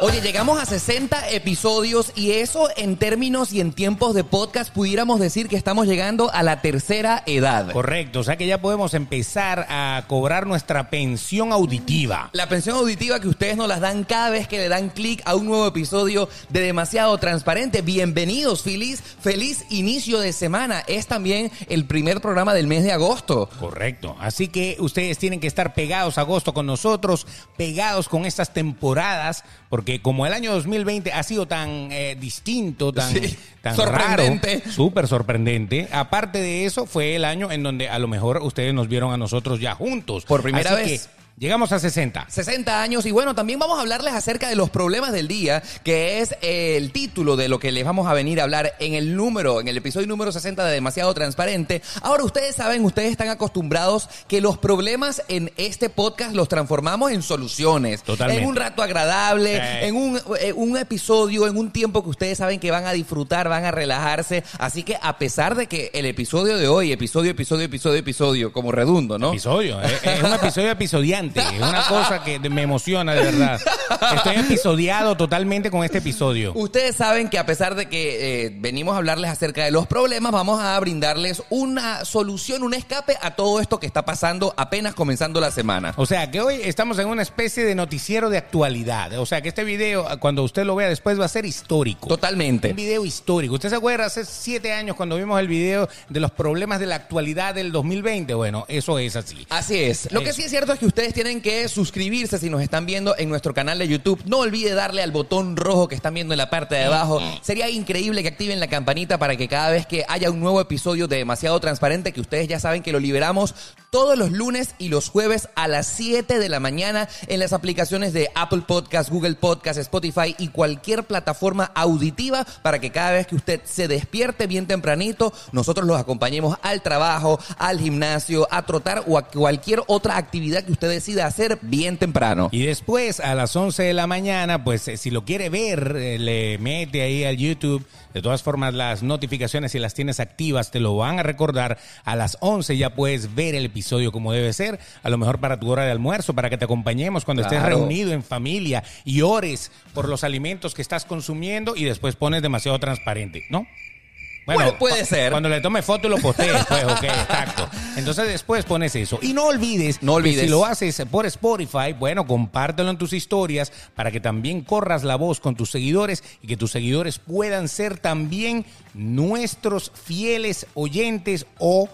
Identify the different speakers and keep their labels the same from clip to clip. Speaker 1: Oye, llegamos a 60 episodios y eso en términos y en tiempos de podcast pudiéramos decir que estamos llegando a la tercera edad.
Speaker 2: Correcto, o sea que ya podemos empezar a cobrar nuestra pensión auditiva.
Speaker 1: La pensión auditiva que ustedes nos las dan cada vez que le dan clic a un nuevo episodio de Demasiado Transparente. Bienvenidos, feliz, feliz inicio de semana. Es también el primer programa del mes de agosto.
Speaker 2: Correcto, así que ustedes tienen que estar pegados a agosto con nosotros, pegados con estas temporadas, porque como el año 2020 ha sido tan eh, distinto, tan,
Speaker 1: Sí,
Speaker 2: tan
Speaker 1: sorprendente.
Speaker 2: raro, súper sorprendente. Aparte de eso, fue el año en donde a lo mejor ustedes nos vieron a nosotros ya juntos.
Speaker 1: Por primera
Speaker 2: Así
Speaker 1: vez.
Speaker 2: que llegamos a 60.
Speaker 1: 60 años y bueno, también vamos a hablarles acerca de los problemas del día, que es eh, el título de lo que les vamos a venir a hablar en el número, en el episodio número 60 de Demasiado Transparente. Ahora ustedes saben, ustedes están acostumbrados que los problemas en este podcast los transformamos en soluciones,
Speaker 2: Totalmente.
Speaker 1: en un rato agradable,
Speaker 2: Sí.
Speaker 1: en un, eh, un episodio, en un tiempo que ustedes saben que van a disfrutar, van a relajarse. Así que a pesar de que el episodio de hoy, episodio, episodio, episodio, episodio, como redundo, ¿no?
Speaker 2: Episodio, eh, es, un episodio episodiante, es una cosa que me emociona de verdad. Estoy episodiado totalmente con este episodio.
Speaker 1: Ustedes saben que a pesar de que eh, venimos a hablarles acerca de los problemas, vamos a brindarles una solución, un escape a todo esto que está pasando apenas comenzando la semana.
Speaker 2: O sea, que hoy estamos en una especie de noticiero de actualidad. O sea, que este video, cuando usted lo vea después, va a ser histórico. Un
Speaker 1: Totalmente.
Speaker 2: video histórico. ¿Usted se acuerda hace siete años cuando vimos el video de los problemas de la actualidad del 2020? Bueno, eso es así.
Speaker 1: Así es. Lo que
Speaker 2: Eso.
Speaker 1: sí es cierto es que ustedes tienen que suscribirse si nos están viendo en nuestro canal de YouTube. No olvide darle al botón rojo que están viendo en la parte de abajo. Sería increíble que activen la campanita para que cada vez que haya un nuevo episodio de Demasiado Transparente, que ustedes ya saben que lo liberamos todos los lunes y los jueves a las 7 de la mañana en las aplicaciones de Apple Podcast, Google Podcast, Spotify y cualquier plataforma auditiva para que cada vez que usted se despierte bien tempranito, nosotros los acompañemos al trabajo, al gimnasio, a trotar o a cualquier otra actividad que usted decida hacer bien temprano.
Speaker 2: Y después, a las 11 de la mañana, pues eh, si lo quiere ver, eh, le mete ahí al YouTube. De todas formas, las notificaciones, si las tienes activas, te lo van a recordar. A las 11 ya puedes ver el episodio como debe ser. A lo mejor para tu hora de almuerzo, para que te acompañemos cuando estés
Speaker 1: Claro.
Speaker 2: reunido en familia y ores por los alimentos que estás consumiendo y después pones demasiado transparente, ¿no?
Speaker 1: Bueno, puede
Speaker 2: cu-
Speaker 1: ser.
Speaker 2: Cuando le tome foto y lo postees, pues, ok, exacto. Entonces después pones eso. Y no olvides,
Speaker 1: No
Speaker 2: que
Speaker 1: olvides.
Speaker 2: si lo haces por Spotify, bueno, compártelo en tus historias para que también corras la voz con tus seguidores y que tus seguidores puedan ser también nuestros fieles oyentes o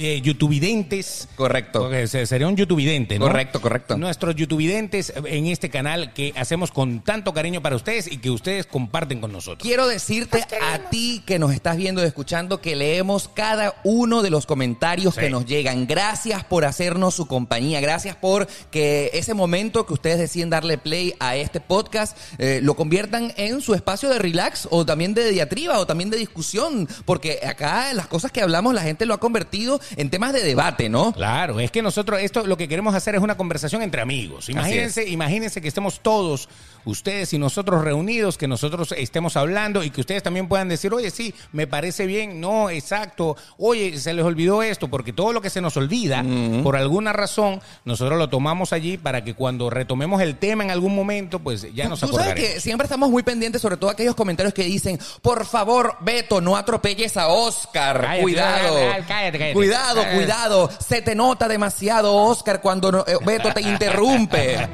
Speaker 2: eh, youtubividentes.
Speaker 1: Correcto.
Speaker 2: Porque se- sería un youtubividente, ¿no?
Speaker 1: Correcto, correcto.
Speaker 2: Nuestros youtubividentes en este canal que hacemos con tanto cariño para ustedes y que ustedes comparten con nosotros.
Speaker 1: Quiero decirte a ti que nos estás viendo y escuchando que leemos cada uno de los comentarios
Speaker 2: Sí.
Speaker 1: que nos llegan. Gracias por hacernos su compañía. Gracias por que ese momento que ustedes deciden darle play a este podcast eh, lo conviertan en su espacio de relax o también de diatriba o también de discusión. Porque acá las cosas que hablamos la gente lo ha convertido en temas de debate, ¿no?
Speaker 2: Claro, es que nosotros esto lo que queremos hacer es una conversación entre amigos. Imagínense, imagínense que estemos todos, ustedes y nosotros reunidos, que nosotros estemos hablando y que ustedes también puedan decir, oye, sí, me parece bien, no, exacto, oye, se les olvidó esto, porque todo lo que se nos olvida, por alguna razón, nosotros lo tomamos allí para que cuando retomemos el tema en algún momento, pues ya
Speaker 1: Tú-
Speaker 2: nos
Speaker 1: Tú sabes
Speaker 2: acordaremos.
Speaker 1: que siempre estamos muy pendientes, sobre todo aquellos comentarios que dicen, por favor, Beto, no atropelles a Oscar.
Speaker 2: Cállate,
Speaker 1: cuidado.
Speaker 2: cállate, cállate, cállate.
Speaker 1: Cuidado,
Speaker 2: Eh.
Speaker 1: cuidado. Se te nota demasiado, Oscar, cuando no- eh, Beto te interrumpe.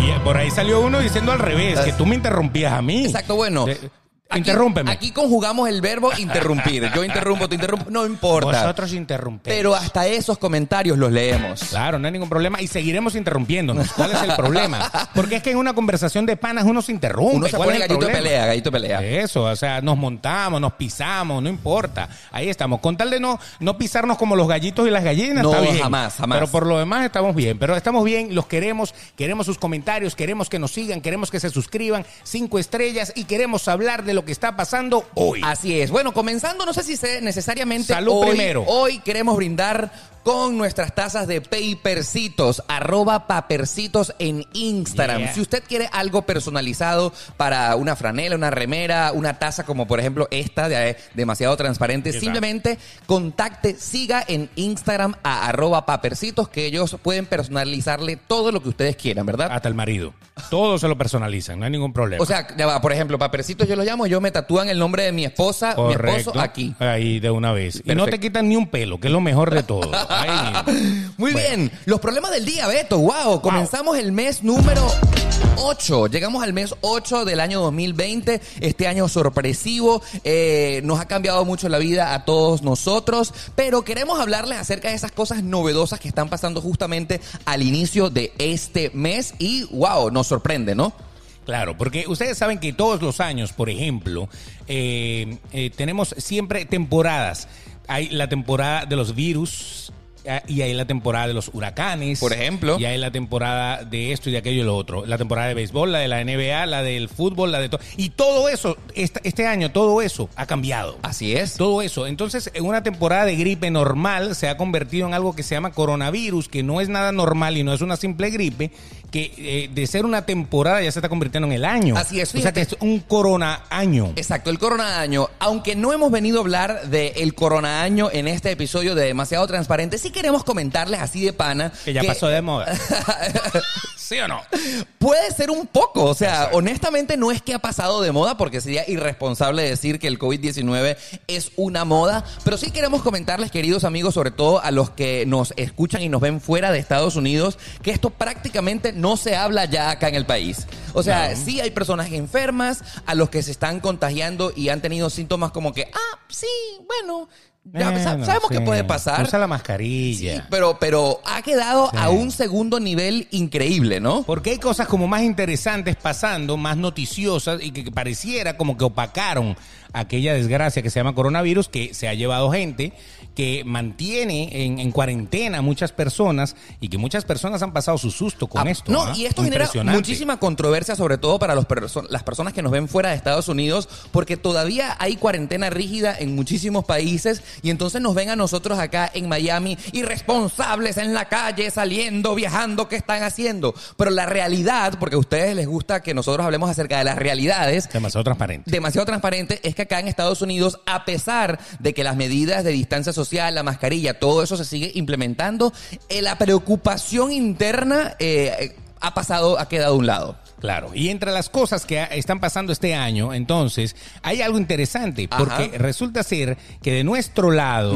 Speaker 2: Y eh, por ahí salió uno diciendo al revés, que tú me interrumpías a mí.
Speaker 1: Exacto, bueno.
Speaker 2: Eh,
Speaker 1: Aquí-
Speaker 2: Interrúmpeme.
Speaker 1: Aquí conjugamos el verbo interrumpir. Yo interrumpo, tú interrumpo, no importa.
Speaker 2: Vosotros interrumpéis.
Speaker 1: Pero hasta esos comentarios los leemos.
Speaker 2: Claro, no hay ningún problema y seguiremos interrumpiéndonos. ¿Cuál es el problema? Porque es que en una conversación de panas uno se interrumpe.
Speaker 1: Uno se
Speaker 2: ¿Cuál
Speaker 1: pone
Speaker 2: es el
Speaker 1: gallito de
Speaker 2: problema? Eh,
Speaker 1: pelea, gallito de pelea.
Speaker 2: Eso, o sea, nos montamos, nos pisamos, no importa. Ahí estamos. Con tal de no, no pisarnos como los gallitos y las gallinas,
Speaker 1: No,
Speaker 2: está bien.
Speaker 1: jamás, jamás.
Speaker 2: Pero por lo demás estamos bien. Pero estamos bien, los queremos, queremos sus comentarios, queremos que nos sigan, queremos que se suscriban, cinco estrellas y queremos hablar de lo que está pasando hoy.
Speaker 1: Así es. Bueno, comenzando, no sé si sé necesariamente
Speaker 2: Salud
Speaker 1: hoy,
Speaker 2: primero.
Speaker 1: hoy queremos brindar con nuestras tazas de papercitos, arroba papercitos en Instagram.
Speaker 2: Yeah.
Speaker 1: Si usted quiere algo personalizado para una franela, una remera, una taza como por ejemplo esta de demasiado transparente,
Speaker 2: Exacto.
Speaker 1: simplemente contacte, siga en Instagram a arroba papercitos que ellos pueden personalizarle todo lo que ustedes quieran, ¿verdad?
Speaker 2: Hasta el marido. Todo se lo personalizan, no hay ningún problema.
Speaker 1: O sea, ya va, por ejemplo, papercitos yo los llamo, yo me tatúan el nombre de mi esposa, mi
Speaker 2: Correcto.
Speaker 1: esposo aquí.
Speaker 2: Ahí de una vez. Y no te
Speaker 1: Perfecto.
Speaker 2: quitan ni un pelo, que es lo mejor de todo. Ahí mismo.
Speaker 1: Muy bien, los problemas del día, Beto. Wow, comenzamos el mes número 8. Llegamos al mes 8 del año 2020. Este año sorpresivo. eh, nos ha cambiado mucho la vida a todos nosotros. Pero queremos hablarles acerca de esas cosas novedosas que están pasando justamente al inicio de este mes. Y wow, nos sorprende, ¿no?
Speaker 2: Claro, porque ustedes saben que todos los años, por ejemplo, eh, eh, tenemos siempre temporadas. Hay la temporada de los virus. ah, Y hay la temporada de los huracanes.
Speaker 1: Por ejemplo.
Speaker 2: Y hay la temporada de esto y de aquello y lo otro. La temporada de béisbol, la de la NBA, la del fútbol, la de todo. Y todo eso, este, este año, todo eso ha cambiado.
Speaker 1: Así es.
Speaker 2: Todo eso. Entonces, en una temporada de gripe normal se ha convertido en algo que se llama coronavirus, que no es nada normal y no es una simple gripe, que eh, de ser una temporada ya se está convirtiendo en el año.
Speaker 1: Así es,
Speaker 2: O sea
Speaker 1: fíjate.
Speaker 2: que es un corona año.
Speaker 1: Exacto, el corona año. Aunque no hemos venido a hablar del el corona año en este episodio de Demasiado Transparente, sí queremos comentarles así de pana.
Speaker 2: Que ya pasó de moda. ¿Sí o no?
Speaker 1: Puede ser un poco, o sea, honestamente no es que ha pasado de moda, porque sería irresponsable decir que el COVID-19 es una moda, pero sí queremos comentarles, queridos amigos, sobre todo a los que nos escuchan y nos ven fuera de Estados Unidos, que esto prácticamente no se habla ya acá en el país. O sea, sí hay personas enfermas, a los que se están contagiando y han tenido síntomas como que, ah, sí, bueno, ya sa-
Speaker 2: Bueno,
Speaker 1: sabemos que
Speaker 2: sí.
Speaker 1: puede pasar.
Speaker 2: Usa la
Speaker 1: Sí,
Speaker 2: mascarilla.
Speaker 1: pero, pero ha quedado a un segundo nivel increíble, ¿no?
Speaker 2: Porque hay cosas como más interesantes pasando, más noticiosas y que que pareciera como que opacaron aquella desgracia que se llama coronavirus que se ha llevado gente que mantiene en, en cuarentena muchas personas y que muchas personas han pasado su susto con
Speaker 1: Ah,
Speaker 2: esto.
Speaker 1: No,
Speaker 2: ¿ah?
Speaker 1: y esto genera
Speaker 2: Impresionante.
Speaker 1: muchísima controversia, sobre todo para los perso- las personas que nos ven fuera de Estados Unidos, porque todavía hay cuarentena rígida en muchísimos países y entonces nos ven a nosotros acá en Miami irresponsables en la calle, saliendo, viajando, ¿qué están haciendo? Pero la realidad, porque a ustedes les gusta que nosotros hablemos acerca de las realidades,
Speaker 2: Demasiado transparente.
Speaker 1: demasiado transparente es que acá en Estados Unidos, a pesar de que las medidas de distancia social, la mascarilla, todo eso se sigue implementando, eh, la preocupación interna eh, eh, ha pasado, ha quedado a un lado.
Speaker 2: Claro, y entre las cosas que ha- están pasando este año, entonces, hay algo interesante,
Speaker 1: Ajá.
Speaker 2: porque resulta ser que de nuestro lado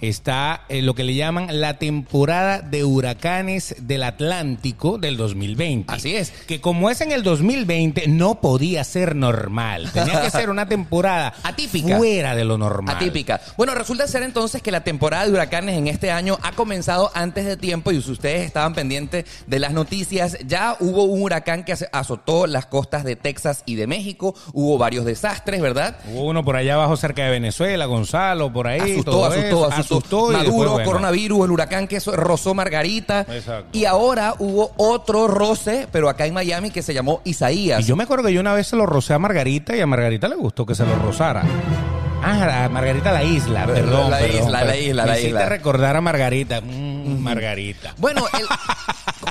Speaker 2: está eh, lo que le llaman la temporada de huracanes del Atlántico del 2020.
Speaker 1: Así es.
Speaker 2: Que como es en el 2020, no podía ser normal. Tenía que ser una temporada
Speaker 1: Atípica.
Speaker 2: fuera de lo normal.
Speaker 1: Atípica. Bueno, resulta ser entonces que la temporada de huracanes en este año ha comenzado antes de tiempo y si ustedes estaban pendientes de las noticias, ya hubo un huracán que as- azotó las costas de Texas y de México, hubo varios desastres, ¿verdad?
Speaker 2: Hubo uno por allá abajo cerca de Venezuela, Gonzalo, por ahí.
Speaker 1: asustó,
Speaker 2: todo
Speaker 1: asustó,
Speaker 2: eso.
Speaker 1: asustó,
Speaker 2: Asustó y
Speaker 1: Maduro,
Speaker 2: después, bueno,
Speaker 1: coronavirus, el huracán que so- rozó Margarita.
Speaker 2: Exacto.
Speaker 1: Y ahora hubo otro roce, pero acá en Miami, que se llamó
Speaker 2: Y
Speaker 1: Isaías.
Speaker 2: yo me acuerdo que yo una vez se lo rocé a Margarita y a Margarita le gustó que se lo rozara. Ah, a Margarita la isla,
Speaker 1: La-
Speaker 2: perdón.
Speaker 1: la
Speaker 2: perdón,
Speaker 1: isla, la
Speaker 2: perdón.
Speaker 1: isla,
Speaker 2: Me
Speaker 1: la
Speaker 2: hiciste
Speaker 1: isla.
Speaker 2: recordar a Margarita. Mm, Margarita.
Speaker 1: Bueno, el-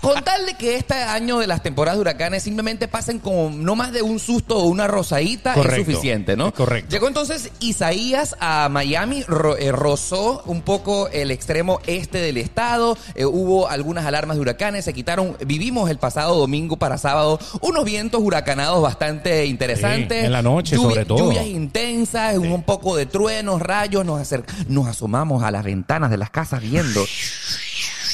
Speaker 1: con tal de que este año de las temporadas de huracanes simplemente pasen como no más de un susto o una rosadita es
Speaker 2: Correcto.
Speaker 1: suficiente, ¿no?
Speaker 2: Correcto.
Speaker 1: Llegó entonces Isaías a Miami, ro- eh, rozó un poco el extremo este del estado, eh, hubo algunas alarmas de huracanes, se quitaron, vivimos el pasado domingo para sábado unos vientos huracanados bastante interesantes.
Speaker 2: en la noche, sobre todo.
Speaker 1: Lluvias intensas, un poco de truenos, rayos, nos, acer- nos asomamos a las ventanas de las casas viendo.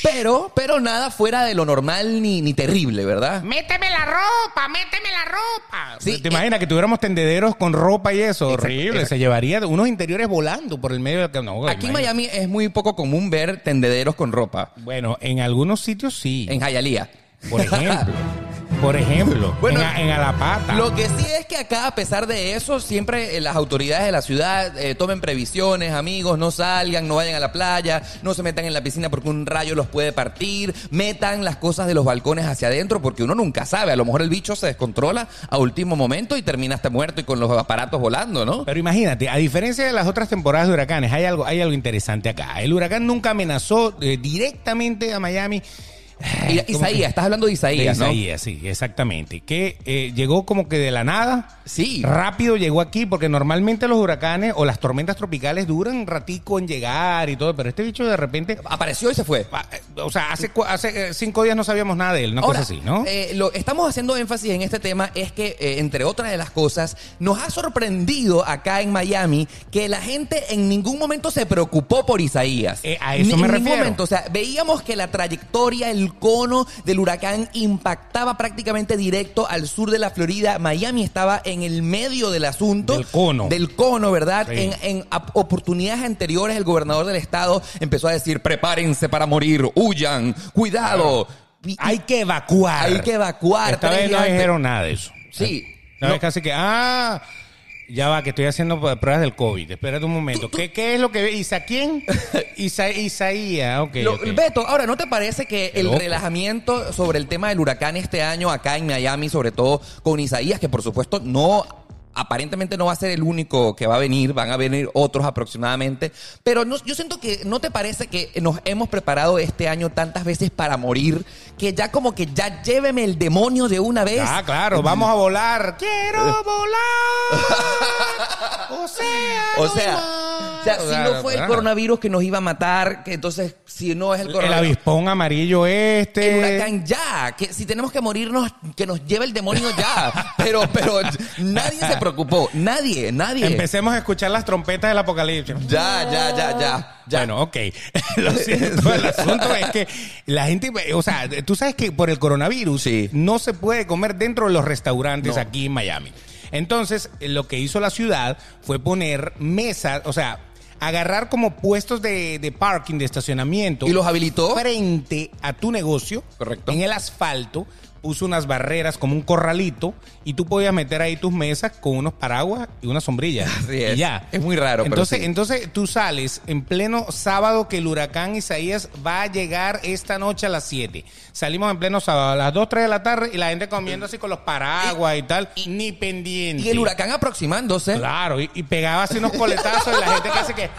Speaker 1: Pero, pero nada fuera de lo normal ni, ni terrible, ¿verdad?
Speaker 2: Mm.
Speaker 3: Méteme la ropa, méteme la ropa.
Speaker 1: Sí, eh,
Speaker 2: ¿Te imaginas que tuviéramos tendederos con ropa y eso?
Speaker 1: Exacto,
Speaker 2: Horrible.
Speaker 1: exacto.
Speaker 2: Se llevaría unos interiores volando por el medio del... No,
Speaker 1: Aquí en
Speaker 2: imagínate.
Speaker 1: Miami es muy poco común ver tendederos con ropa.
Speaker 2: Bueno, en algunos sitios sí.
Speaker 1: En Hialeah.
Speaker 2: Por ejemplo. por ejemplo,
Speaker 1: Bueno,
Speaker 2: en, A- en Alapata.
Speaker 1: Lo que sí es que acá, a pesar de eso, siempre eh, las autoridades de la ciudad eh, tomen previsiones, amigos, no salgan, no vayan a la playa, no se metan en la piscina porque un rayo los puede partir, metan las cosas de los balcones hacia adentro porque uno nunca sabe, a lo mejor el bicho se descontrola a último momento y terminaste muerto y con los aparatos volando, ¿no?
Speaker 2: Pero imagínate, a diferencia de las otras temporadas de huracanes, hay algo, hay algo interesante acá. El huracán nunca amenazó eh, directamente a Miami.
Speaker 1: Y-
Speaker 2: ¿Cómo que-
Speaker 1: Isaías, estás hablando de
Speaker 2: de
Speaker 1: Isaías, ¿no?
Speaker 2: Isaías, sí, exactamente. Que eh, llegó como que de la nada.
Speaker 1: Sí.
Speaker 2: Rápido llegó aquí, porque normalmente los huracanes o las tormentas tropicales duran un ratico en llegar y todo, pero este bicho de repente.
Speaker 1: Apareció y se fue.
Speaker 2: pa- eh, O sea, hace, cu- hace eh, cinco días no sabíamos nada de él, una
Speaker 1: Ahora,
Speaker 2: cosa así, ¿no?
Speaker 1: eh, lo estamos haciendo énfasis en este tema es que, eh, entre otras de las cosas, nos ha sorprendido acá en Miami que la gente en ningún momento se preocupó por Isaías.
Speaker 2: Eh, a eso
Speaker 1: Ni-
Speaker 2: me
Speaker 1: en
Speaker 2: refiero.
Speaker 1: ningún momento. O sea, veíamos que la trayectoria, el cono del huracán impactaba prácticamente directo al sur de la Florida. Miami estaba en el medio del asunto.
Speaker 2: Del cono.
Speaker 1: Del cono, ¿verdad?
Speaker 2: Sí.
Speaker 1: En, en ap- oportunidades anteriores, el gobernador del estado empezó a decir, prepárense para morir, huyan, cuidado. Y- y-
Speaker 2: hay que evacuar.
Speaker 1: hay que evacuar.
Speaker 2: Esta
Speaker 1: tres
Speaker 2: vez no
Speaker 1: días antes.
Speaker 2: dijeron nada de eso.
Speaker 1: Sí.
Speaker 2: No,
Speaker 1: No.
Speaker 2: es casi que, ah, ya va, que estoy haciendo pruebas del COVID. Espérate un momento. ¿Qué, qué es lo que ve? ¿Isa quién? Isa, Isaías, ok.
Speaker 1: Lo-
Speaker 2: ok.
Speaker 1: Beto, ahora, ¿no te parece que
Speaker 2: Qué
Speaker 1: el
Speaker 2: loco.
Speaker 1: relajamiento sobre el tema del huracán este año acá en Miami, sobre todo con Isaías, que por supuesto no, aparentemente no va a ser el único que va a venir, van a venir otros aproximadamente, pero no- yo siento que no te parece que nos hemos preparado este año tantas veces para morir, que ya como que ya lléveme el demonio de una vez.
Speaker 2: Ah, claro, vamos a volar. Quiero volar. O sea,
Speaker 1: O
Speaker 2: no
Speaker 1: sea,
Speaker 2: más.
Speaker 1: o sea,
Speaker 2: O
Speaker 1: si
Speaker 2: sea,
Speaker 1: no fue el
Speaker 2: claro.
Speaker 1: coronavirus que nos iba a matar, que entonces si no es el
Speaker 2: El
Speaker 1: coronavirus,
Speaker 2: avispón amarillo este.
Speaker 1: el huracán ya, que si tenemos que morirnos, que nos lleve el demonio ya. Pero, pero nadie se preocupó, nadie, nadie.
Speaker 2: Empecemos a escuchar las trompetas del apocalipsis.
Speaker 1: Ya, ya, ya, ya, ya.
Speaker 2: Bueno, ok. Lo siento, el asunto es que la gente, o sea, tú sabes que por el coronavirus
Speaker 1: Sí.
Speaker 2: no se puede comer dentro de los restaurantes
Speaker 1: No.
Speaker 2: aquí en Miami. Entonces, lo que hizo la ciudad fue poner mesas, o sea, agarrar como puestos de, de parking, de estacionamiento.
Speaker 1: ¿Y los habilitó?
Speaker 2: Frente a tu negocio.
Speaker 1: ¿Oh? Correcto.
Speaker 2: En el asfalto puso unas barreras como un corralito y tú podías meter ahí tus mesas con unos paraguas y una sombrilla.
Speaker 1: Así es.
Speaker 2: Y ya.
Speaker 1: Es muy raro, pero
Speaker 2: Entonces,
Speaker 1: sí.
Speaker 2: entonces tú sales en pleno sábado que el huracán Isaías va a llegar esta noche a las 7. Salimos en pleno sábado a las 2, 3 de la tarde y la gente comiendo así con los paraguas y tal, ni pendiente.
Speaker 1: Y el huracán aproximándose.
Speaker 2: Claro, y, y pegaba así unos coletazos y la gente que hace que...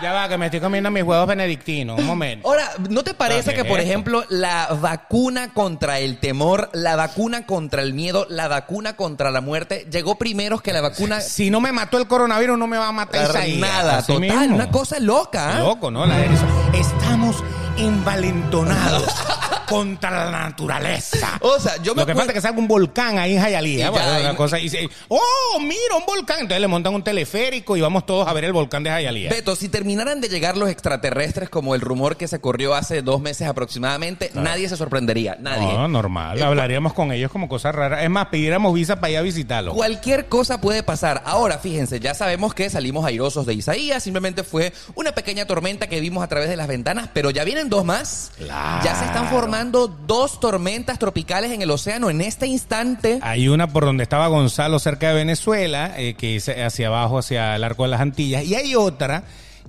Speaker 2: Ya va, que me estoy comiendo mis huevos benedictinos. Un momento.
Speaker 1: Ahora, ¿no te parece
Speaker 2: Ah,
Speaker 1: que, por
Speaker 2: esto.
Speaker 1: ejemplo, la vacuna contra el temor, la vacuna contra el miedo, la vacuna contra la muerte llegó primero que la vacuna
Speaker 2: Si no me mató el coronavirus, no me va a matar
Speaker 1: Para
Speaker 2: Isaías.
Speaker 1: nada,
Speaker 2: Así
Speaker 1: total,
Speaker 2: mismo.
Speaker 1: una cosa loca. ¿eh?
Speaker 2: Loco, ¿no? La de eso. Estamos envalentonados contra la naturaleza.
Speaker 1: O sea, yo Oh, me
Speaker 2: Lo que pasa es
Speaker 1: acuerdo
Speaker 2: que salga un volcán ahí en
Speaker 1: Y
Speaker 2: Jayalía.
Speaker 1: ya,
Speaker 2: una
Speaker 1: y-
Speaker 2: cosa, y se- ¡Oh, mira, un volcán! Entonces le montan un teleférico y vamos todos a ver el volcán de Jayalía.
Speaker 1: Beto, si terminaran de llegar los extraterrestres como el rumor que se corrió hace dos meses aproximadamente, nadie se sorprendería, nadie. Eh,
Speaker 2: No, normal. Hablaríamos con ellos como cosas raras. Es más, pidiéramos visa para ir a visitarlo.
Speaker 1: Cualquier cosa puede pasar. Ahora, fíjense, ya sabemos que salimos airosos de Isaías. Simplemente fue una pequeña tormenta que vimos a través de las ventanas, pero ya vienen dos más.
Speaker 2: Claro.
Speaker 1: Ya se están formando dos tormentas tropicales en el océano en este instante.
Speaker 2: Hay una por donde estaba Gonzalo cerca de Venezuela, eh, que es hacia abajo, hacia el arco de las Antillas, y hay otra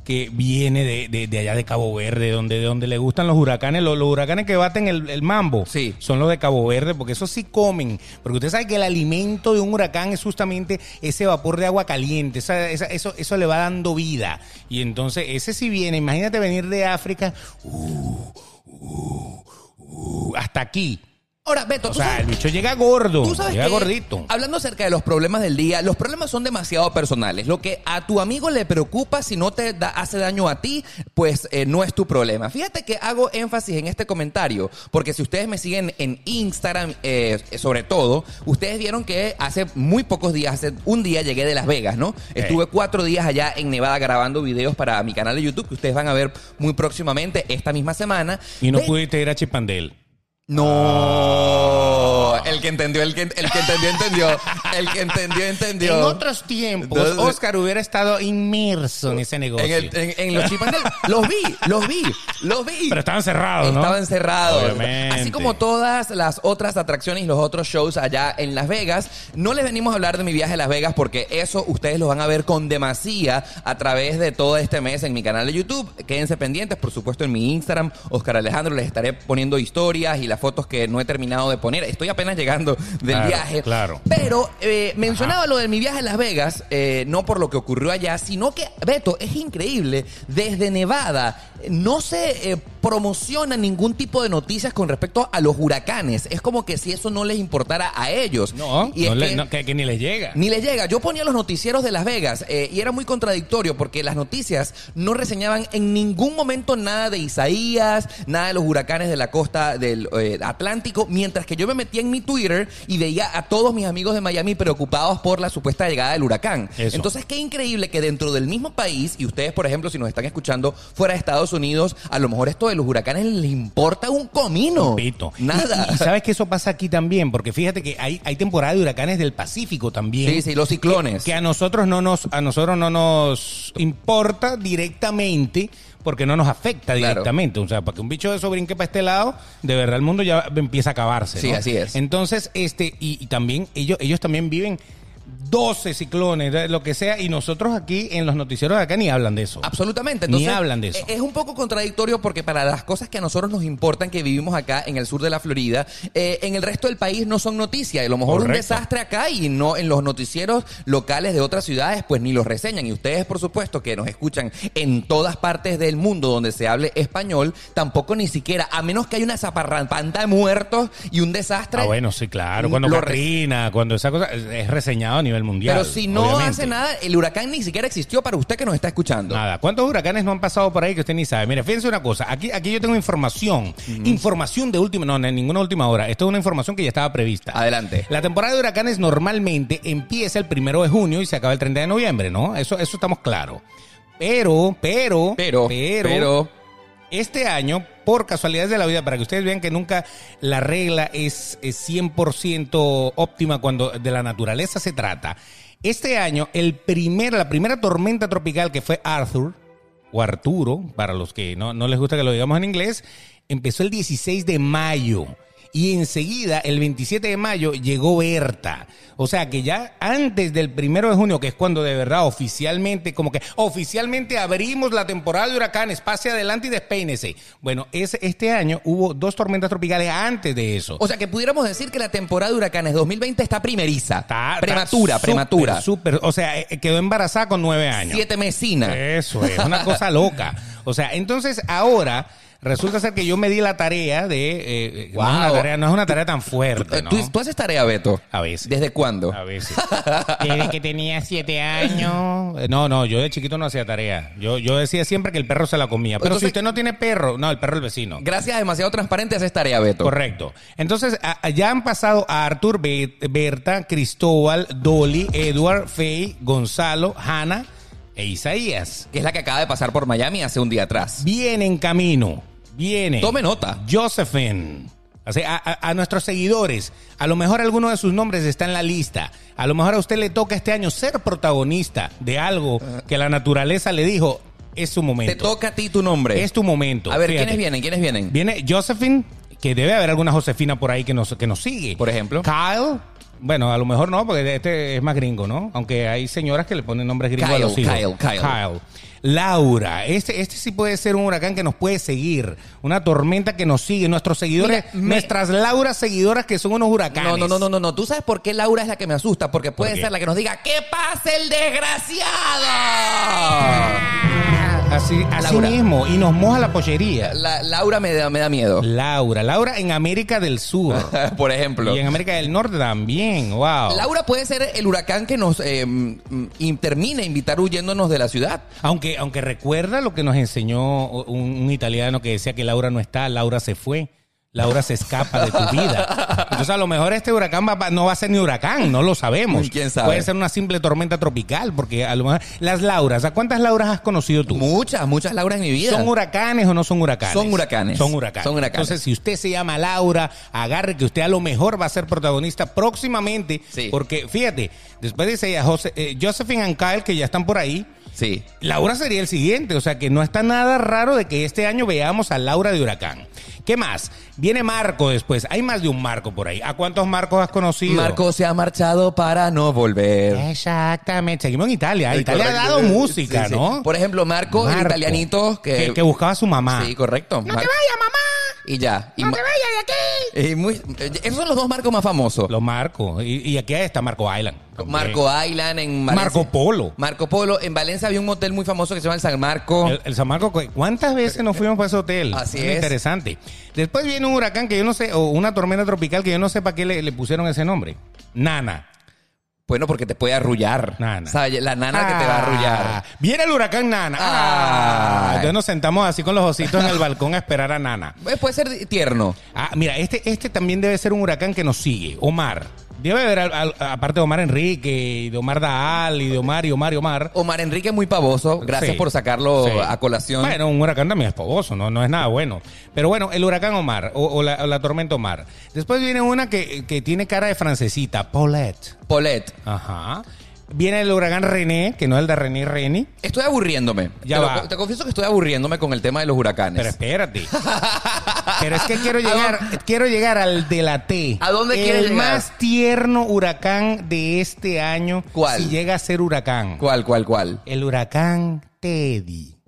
Speaker 2: que viene de, de- de allá de Cabo Verde, donde, de donde le gustan los huracanes, los, los huracanes que baten el, el mambo,
Speaker 1: Sí.
Speaker 2: son los de Cabo Verde, porque eso sí comen, porque usted sabe que el alimento de un huracán es justamente ese vapor de agua caliente, esa- esa- eso, eso le va dando vida, y entonces ese sí viene, imagínate venir de África, uh, uh, uh, hasta aquí.
Speaker 1: Ahora, Beto,
Speaker 2: O
Speaker 1: ¿tú
Speaker 2: sea,
Speaker 1: sabes-
Speaker 2: el bicho llega gordo,
Speaker 1: Tú sabes
Speaker 2: llega
Speaker 1: que,
Speaker 2: gordito.
Speaker 1: hablando acerca de los problemas del día, los problemas son demasiado personales. Lo que a tu amigo le preocupa, si no te da- hace daño a ti, pues eh, no es tu problema. Fíjate que hago énfasis en este comentario, porque si ustedes me siguen en Instagram, eh, sobre todo, ustedes vieron que hace muy pocos días, hace un día llegué de Las Vegas, ¿no? Estuve cuatro días allá en Nevada grabando videos para mi canal de YouTube, que ustedes van a ver muy próximamente, esta misma semana.
Speaker 2: Y no
Speaker 1: Ve-
Speaker 2: pudiste ir a Chipandel.
Speaker 1: No, el el que entendió, el que, el que entendió, entendió. El que entendió, entendió.
Speaker 2: En otros tiempos,
Speaker 1: Entonces-
Speaker 2: Oscar hubiera estado inmerso en ese negocio.
Speaker 1: En, el- en- en los chipanel. Los vi, los vi, los vi.
Speaker 2: Pero estaban cerrados, ¿no?
Speaker 1: Estaban cerrados.
Speaker 2: Obviamente.
Speaker 1: Así como todas las otras atracciones y los otros shows allá en Las Vegas, no les venimos a hablar de mi viaje a Las Vegas porque eso ustedes lo van a ver con demasía a través de todo este mes en mi canal de YouTube. Quédense pendientes, por supuesto, en mi Instagram, Oscar Alejandro, les estaré poniendo historias y las fotos que no he terminado de poner. Estoy apenas llegando del
Speaker 2: Claro,
Speaker 1: viaje.
Speaker 2: claro.
Speaker 1: Pero eh, mencionaba lo de mi viaje a Las Vegas, eh, no por lo que ocurrió allá, sino que, Beto, es increíble, desde Nevada eh, no se eh, promociona ningún tipo de noticias con respecto a los huracanes. Es como que si eso no les importara a ellos.
Speaker 2: No,
Speaker 1: Y es
Speaker 2: no le-
Speaker 1: que-
Speaker 2: no, que, que ni les llega.
Speaker 1: ni le llega. Yo ponía los noticieros de Las Vegas eh, y era muy contradictorio porque las noticias no reseñaban en ningún momento nada de Isaías, nada de los huracanes de la costa del eh, Atlántico, mientras que yo me metía en mi Twitter y veía a todos mis amigos de Miami preocupados por la supuesta llegada del huracán.
Speaker 2: Eso.
Speaker 1: Entonces, qué increíble que dentro del mismo país, y ustedes, por ejemplo, si nos están escuchando fuera de Estados Unidos, a lo mejor esto de los huracanes les importa un comino.
Speaker 2: Pito.
Speaker 1: Nada.
Speaker 2: Y, y sabes que eso pasa aquí también, porque fíjate que hay, hay temporada de huracanes del Pacífico también.
Speaker 1: Sí, sí, los ciclones.
Speaker 2: que a nosotros no nos a nosotros no nos importa directamente porque no nos afecta
Speaker 1: Claro.
Speaker 2: directamente o sea para que un bicho de eso brinque para este lado de verdad el mundo ya empieza a acabarse
Speaker 1: Sí,
Speaker 2: ¿no?
Speaker 1: así es.
Speaker 2: entonces este y, y también ellos ellos también viven 12 ciclones eh, lo que sea y nosotros aquí en los noticieros de acá ni hablan de eso
Speaker 1: Absolutamente.
Speaker 2: Ni
Speaker 1: Entonces, e-,
Speaker 2: hablan de eso.
Speaker 1: Es un poco contradictorio porque para las cosas que a nosotros nos importan, que vivimos acá en el sur de la Florida, eh, en el resto del país no son noticias. A lo mejor un
Speaker 2: Correcto.
Speaker 1: desastre acá y no en los noticieros locales de otras ciudades, pues ni los reseñan. Y ustedes, por supuesto, que nos escuchan en todas partes del mundo donde se hable español, tampoco ni siquiera, a menos que haya una zaparrampanda de muertos y un desastre.
Speaker 2: ah bueno sí claro cuando
Speaker 1: Lo re-
Speaker 2: Katrina cuando esa cosa es- es reseñado a nivel mundial
Speaker 1: Pero si no
Speaker 2: obviamente.
Speaker 1: hace nada, el huracán ni siquiera existió para usted que nos está escuchando.
Speaker 2: Nada. ¿Cuántos huracanes no han pasado por ahí que usted ni sabe? Mire, fíjense una cosa. Aquí, aquí yo tengo información. Información de última. No, no, ninguna última hora. Esto es una información que ya estaba prevista.
Speaker 1: Adelante.
Speaker 2: La temporada de huracanes normalmente empieza el primero de junio y se acaba el 30 de noviembre, ¿no? Eso, eso estamos claros. Pero, pero,
Speaker 1: Pero,
Speaker 2: pero,
Speaker 1: pero
Speaker 2: este año, por casualidades de la vida, para que ustedes vean que nunca la regla es, es 100% óptima cuando de la naturaleza se trata. Este año, el primer, la primera tormenta tropical que fue Arthur, o Arturo, para los que no, no les gusta que lo digamos en inglés, empezó el 16 de mayo. Y enseguida, el 27 de mayo, llegó Berta. O sea que ya antes del primero de junio, que es cuando de verdad oficialmente, como que oficialmente abrimos la temporada de huracanes, pase adelante y despeínese. Bueno, es, este año hubo dos tormentas tropicales antes de eso.
Speaker 1: O sea que pudiéramos decir que la temporada de huracanes 2020 está primeriza.
Speaker 2: Está- está
Speaker 1: prematura,
Speaker 2: súper,
Speaker 1: prematura.
Speaker 2: súper. o sea, eh, quedó embarazada con nueve años.
Speaker 1: siete mesina.
Speaker 2: Eso es, una cosa loca. O sea, entonces ahora resulta ser que yo me di la tarea de. eh, eh, no, es una
Speaker 1: Wow.
Speaker 2: tarea, no es una tarea tan
Speaker 1: Eh,
Speaker 2: fuerte, ¿no?
Speaker 1: ¿Tú, tú haces tarea, Beto?
Speaker 2: A veces.
Speaker 1: ¿Desde cuándo?
Speaker 2: A veces. Desde que tenía siete años. Eh, No, no, yo de chiquito no hacía tarea. Yo, yo decía siempre que el perro se la comía. Pero si
Speaker 1: Entonces-
Speaker 2: usted no tiene perro, no, el perro del vecino.
Speaker 1: Gracias a demasiado transparente haces tarea, Beto.
Speaker 2: Correcto. Entonces, a- a- ya han pasado a Arthur, Be- Berta, Cristóbal, Dolly, Edward, Faye, Gonzalo, Hannah e Isaías.
Speaker 1: Que es la que acaba de pasar por Miami hace un día atrás.
Speaker 2: Viene en camino. Viene.
Speaker 1: Tome nota.
Speaker 2: Josephine. Así, a, a- a nuestros seguidores, a lo mejor alguno de sus nombres está en la lista. A lo mejor a usted le toca este año ser protagonista de algo que la naturaleza le dijo, es su
Speaker 1: Ah. Te
Speaker 2: momento.
Speaker 1: toca a ti tu nombre.
Speaker 2: Es tu momento.
Speaker 1: A ver,
Speaker 2: Fíjate.
Speaker 1: ¿quiénes vienen? ¿Quiénes vienen?
Speaker 2: Viene Josephine, que debe haber alguna Josefina por ahí que nos, que nos sigue.
Speaker 1: Por ejemplo.
Speaker 2: Kyle. Bueno, a lo mejor no, porque este es más gringo, ¿no? Aunque hay señoras que le ponen nombres gringos a
Speaker 1: Kyle,
Speaker 2: los hijos.
Speaker 1: Kyle, Kyle.
Speaker 2: Kyle. Laura, este, este sí puede ser un huracán que nos puede seguir, una tormenta que nos sigue, nuestros seguidores,
Speaker 1: Mira, me-
Speaker 2: nuestras Laura seguidoras que son unos huracanes.
Speaker 1: No, no, no, no, no, no. ¿Tú sabes por qué Laura es la que me asusta? Porque puede
Speaker 2: qué?
Speaker 1: ser la que nos diga, ¿qué pasa el
Speaker 2: Ah.
Speaker 1: desgraciado?
Speaker 2: Así, así
Speaker 1: Laura.
Speaker 2: mismo, y nos moja la pollería.
Speaker 1: La- Laura me da, me da miedo.
Speaker 2: Laura, Laura en América del Sur
Speaker 1: por ejemplo.
Speaker 2: y en América del Norte también, wow.
Speaker 1: Laura puede ser el huracán que nos eh, mm, mm, in- termine invitar huyéndonos de la ciudad.
Speaker 2: Aunque, aunque recuerda lo que nos enseñó un, un italiano que decía que Laura no está, Laura se fue. Laura se escapa de tu vida. Entonces, a lo mejor este huracán va- va- no va a ser ni huracán, no lo sabemos.
Speaker 1: ¿Quién sabe?
Speaker 2: Puede ser una simple tormenta tropical, porque a lo mejor. Las Lauras, ¿a cuántas Lauras has conocido tú?
Speaker 1: Muchas, muchas Laura en mi vida.
Speaker 2: ¿Son huracanes o no son huracanes?
Speaker 1: Son huracanes.
Speaker 2: Son huracanes.
Speaker 1: Son huracanes.
Speaker 2: Entonces, si usted se llama Laura, agarre que usted a lo mejor va a ser protagonista próximamente.
Speaker 1: Sí.
Speaker 2: Porque, fíjate, después dice ella, José, eh, Josephine and Kyle, que ya están por ahí,
Speaker 1: Sí.
Speaker 2: Laura sería el siguiente. O sea, que no está nada raro de que este año veamos a Laura de huracán. ¿Qué más? Viene Marco después. Hay más de un Marco por ahí. ¿A cuántos Marcos has conocido?
Speaker 1: Marco se ha marchado para no
Speaker 2: Eh,
Speaker 1: volver.
Speaker 2: Exactamente. Seguimos en Italia.
Speaker 1: Sí,
Speaker 2: Italia ha
Speaker 1: correcto.
Speaker 2: dado
Speaker 1: Sí,
Speaker 2: música,
Speaker 1: sí.
Speaker 2: ¿no?
Speaker 1: Por ejemplo, Marco, el
Speaker 2: Marco,
Speaker 1: italianito que...
Speaker 2: que buscaba a su mamá.
Speaker 1: Sí, correcto.
Speaker 3: ¡No
Speaker 1: Mar-
Speaker 3: te vayas, mamá!
Speaker 1: Y ya. Y
Speaker 3: ¡No
Speaker 1: ma-
Speaker 3: te vayas de aquí!
Speaker 1: y muy- eh, Esos son los dos Marcos más famosos.
Speaker 2: Los Marcos. Y, y aquí está Marco Island.
Speaker 1: Marco Island en Valencia.
Speaker 2: Marco Polo.
Speaker 1: Marco Polo. En Valencia había un motel muy famoso que se llama el San Marco.
Speaker 2: El, el San Marco, ¿cuántas veces nos fuimos para ese hotel?
Speaker 1: Así
Speaker 2: Es
Speaker 1: es.
Speaker 2: Interesante. Después viene un huracán que yo no sé, o una tormenta tropical que yo no sé para qué le, le pusieron ese nombre. Nana.
Speaker 1: Bueno, porque te puede arrullar.
Speaker 2: Nana.
Speaker 1: ¿Sabe? La nana que te va a arrullar.
Speaker 2: Ah, Viene el huracán Nana. Ah.
Speaker 1: Ay.
Speaker 2: Entonces nos sentamos así con los ositos en el balcón a esperar a Nana.
Speaker 1: Eh, Puede ser tierno.
Speaker 2: Ah, mira, este, este también debe ser un huracán que nos sigue. Omar. Debe haber, al- al- aparte de Omar Enrique, y de Omar Daal, y de Omar, y Omar, y Omar.
Speaker 1: Omar Enrique es muy pavoso. Gracias
Speaker 2: Sí.
Speaker 1: por sacarlo
Speaker 2: Sí.
Speaker 1: a colación.
Speaker 2: Bueno, un huracán también es pavoso, no, no es nada bueno. Pero bueno, el huracán Omar o, o la, o la tormenta Omar. Después viene una que, que tiene cara de francesita, Paulette.
Speaker 1: Paulette,
Speaker 2: Ajá. Viene el huracán René, que no es el de René René.
Speaker 1: estoy aburriéndome.
Speaker 2: Ya
Speaker 1: te, lo
Speaker 2: va.
Speaker 1: co- te confieso que estoy aburriéndome con el tema de los huracanes.
Speaker 2: Pero espérate. Pero es que quiero llegar, quiero llegar al de la T.
Speaker 1: ¿A dónde
Speaker 2: el
Speaker 1: quieres llegar?
Speaker 2: más tierno huracán de este año.
Speaker 1: ¿Cuál?
Speaker 2: Si llega a ser huracán.
Speaker 1: ¿Cuál, cuál, cuál?
Speaker 2: El huracán Teddy.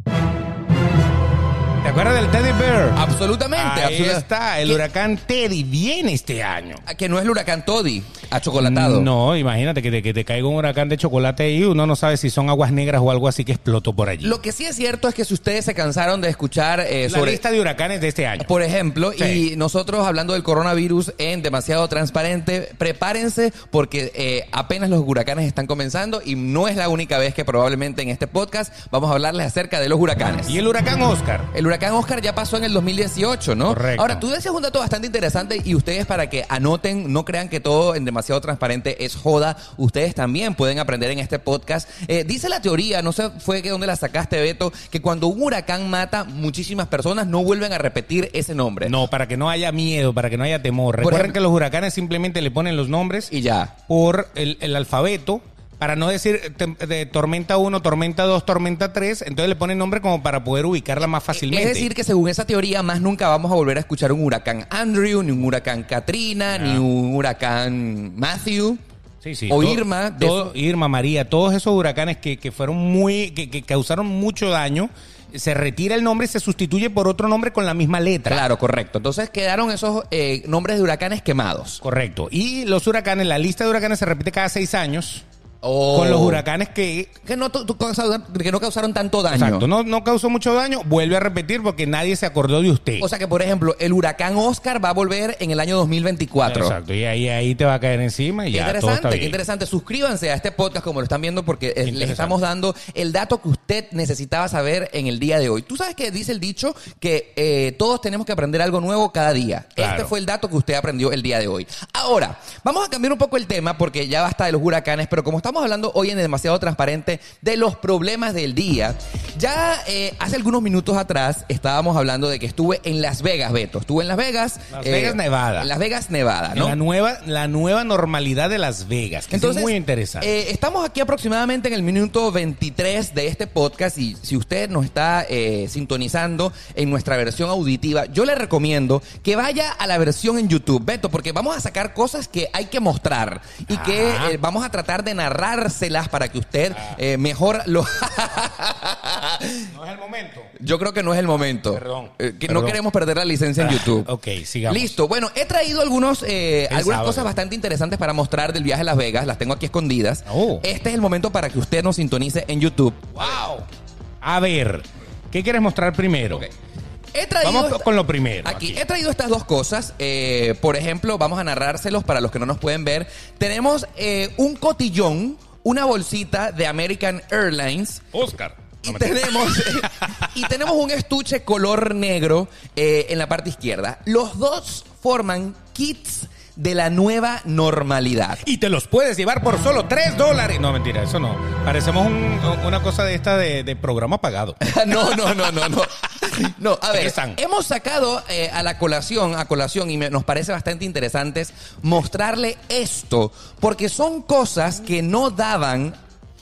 Speaker 2: ¿Te acuerdas del Teddy Bear?
Speaker 1: Absolutamente.
Speaker 2: Ahí
Speaker 1: absoluta-
Speaker 2: está, el
Speaker 1: que,
Speaker 2: huracán Teddy viene este año.
Speaker 1: Que no es el huracán Toddy, achocolatado.
Speaker 2: No, imagínate que te, que te caiga un huracán de chocolate y uno no sabe si son aguas negras o algo así que explotó por allí.
Speaker 1: Lo que sí es cierto es que si ustedes se cansaron de escuchar eh,
Speaker 2: La
Speaker 1: sobre... Ah,
Speaker 2: lista de huracanes de este año.
Speaker 1: Por ejemplo,
Speaker 2: Sí.
Speaker 1: y nosotros hablando del coronavirus en demasiado transparente, prepárense porque eh, apenas los huracanes están comenzando y no es la única vez que probablemente en este podcast vamos a hablarles acerca de los huracanes.
Speaker 2: Y el huracán Oscar.
Speaker 1: El huracán Oscar ya pasó en el 2018, ¿no?
Speaker 2: Correcto.
Speaker 1: Ahora, tú decías un dato bastante interesante y ustedes para que anoten, no crean que todo en demasiado transparente es joda, ustedes también pueden aprender en este podcast. Eh, dice la teoría, no sé fue que dónde la sacaste, Beto, que cuando un huracán mata muchísimas personas no vuelven a repetir ese nombre.
Speaker 2: No, para que no haya miedo, para que no haya temor.
Speaker 1: Por
Speaker 2: Recuerden
Speaker 1: ejemplo-
Speaker 2: que los huracanes simplemente le ponen los nombres
Speaker 1: Y ya.
Speaker 2: por el, el alfabeto. Para no decir eh, tem- de tormenta 1, tormenta 2, tormenta 3, entonces le ponen nombre como para poder ubicarla más fácilmente.
Speaker 1: Es decir, que según esa teoría, más nunca vamos a volver a escuchar un huracán Andrew, ni un huracán Katrina, ni un huracán Matthew.
Speaker 2: Sí, sí.
Speaker 1: O
Speaker 2: Todo-
Speaker 1: Irma. de-
Speaker 2: todo- Irma, María, todos esos huracanes que, que fueron muy, que, que causaron mucho daño, se retira el nombre y se sustituye por otro nombre con la misma letra.
Speaker 1: Claro, correcto. Entonces quedaron esos eh, nombres de huracanes quemados.
Speaker 2: Correcto. Y los huracanes, la lista de huracanes se repite cada seis años
Speaker 1: Oh.
Speaker 2: con los huracanes que...
Speaker 1: Que no, tu- tu- causaron- que no causaron tanto daño.
Speaker 2: Exacto, no, no causó mucho daño, vuelve a repetir porque nadie se acordó de usted.
Speaker 1: O sea que, por ejemplo, el huracán Oscar va a volver en el año 2024.
Speaker 2: Exacto, y ahí, ahí te va a caer encima y
Speaker 1: Qué
Speaker 2: ya todo está
Speaker 1: interesante, qué
Speaker 2: bien.
Speaker 1: interesante. Suscríbanse a este podcast como lo están viendo porque eh, les
Speaker 2: interesante.
Speaker 1: estamos dando el dato que usted necesitaba saber en el día de hoy. Tú sabes que dice el dicho que eh, todos tenemos que aprender algo nuevo cada día. Este
Speaker 2: Claro.
Speaker 1: fue el dato que usted aprendió el día de hoy. Ahora, vamos a cambiar un poco el tema porque ya basta de los huracanes, pero como estamos hablando hoy en demasiado transparente de los problemas del día, ya eh, hace algunos minutos atrás estábamos hablando de que estuve en Las Vegas, Beto. Estuve en Las Vegas. eh,
Speaker 2: Las Vegas, Nevada.
Speaker 1: en Las Vegas, Nevada, ¿no?
Speaker 2: La, nueva, la nueva normalidad de Las Vegas, que
Speaker 1: Entonces,
Speaker 2: es muy interesante.
Speaker 1: eh, estamos aquí aproximadamente en el minuto 23 de este podcast y si usted nos está eh, sintonizando en nuestra versión auditiva, yo le recomiendo que vaya a la versión en YouTube, Beto, porque vamos a sacar cosas que hay que mostrar y que
Speaker 2: Ajá.
Speaker 1: eh, vamos a tratar de narrárselas para que usted
Speaker 2: Ah.
Speaker 1: eh, mejor lo...
Speaker 2: no es el momento.
Speaker 1: Yo creo que no es el momento.
Speaker 2: Perdón.
Speaker 1: Eh, que no
Speaker 2: Perdón.
Speaker 1: queremos perder la licencia en YouTube.
Speaker 2: ok, sigamos.
Speaker 1: Listo. Bueno, he traído algunos, eh,
Speaker 2: El
Speaker 1: algunas
Speaker 2: sábado.
Speaker 1: cosas bastante interesantes para mostrar del viaje a Las Vegas. Las tengo aquí escondidas.
Speaker 2: Oh.
Speaker 1: Este es el momento para que usted nos sintonice en YouTube.
Speaker 2: ¡Wow! A ver, ¿qué quieres mostrar primero?
Speaker 1: He traído
Speaker 2: Vamos
Speaker 1: esta-
Speaker 2: con lo primero.
Speaker 1: Aquí.
Speaker 2: aquí.
Speaker 1: he traído estas dos cosas. Eh, por ejemplo, vamos a narrárselos para los que no nos pueden ver. Tenemos eh, un cotillón, una bolsita de American Airlines
Speaker 2: Oscar.
Speaker 1: Y tenemos, y tenemos un estuche color negro eh, en la parte izquierda. Los dos forman kits de la nueva normalidad.
Speaker 2: Y te los puedes llevar por solo 3 dólares. No, mentira, eso no. Parecemos un- una cosa de esta de, de programa pagado.
Speaker 1: No, no, no, no, no. No, a ver,
Speaker 2: Están.
Speaker 1: hemos sacado eh, a la colación, a colación, y me- nos parece bastante interesantes mostrarle esto, porque son cosas que no daban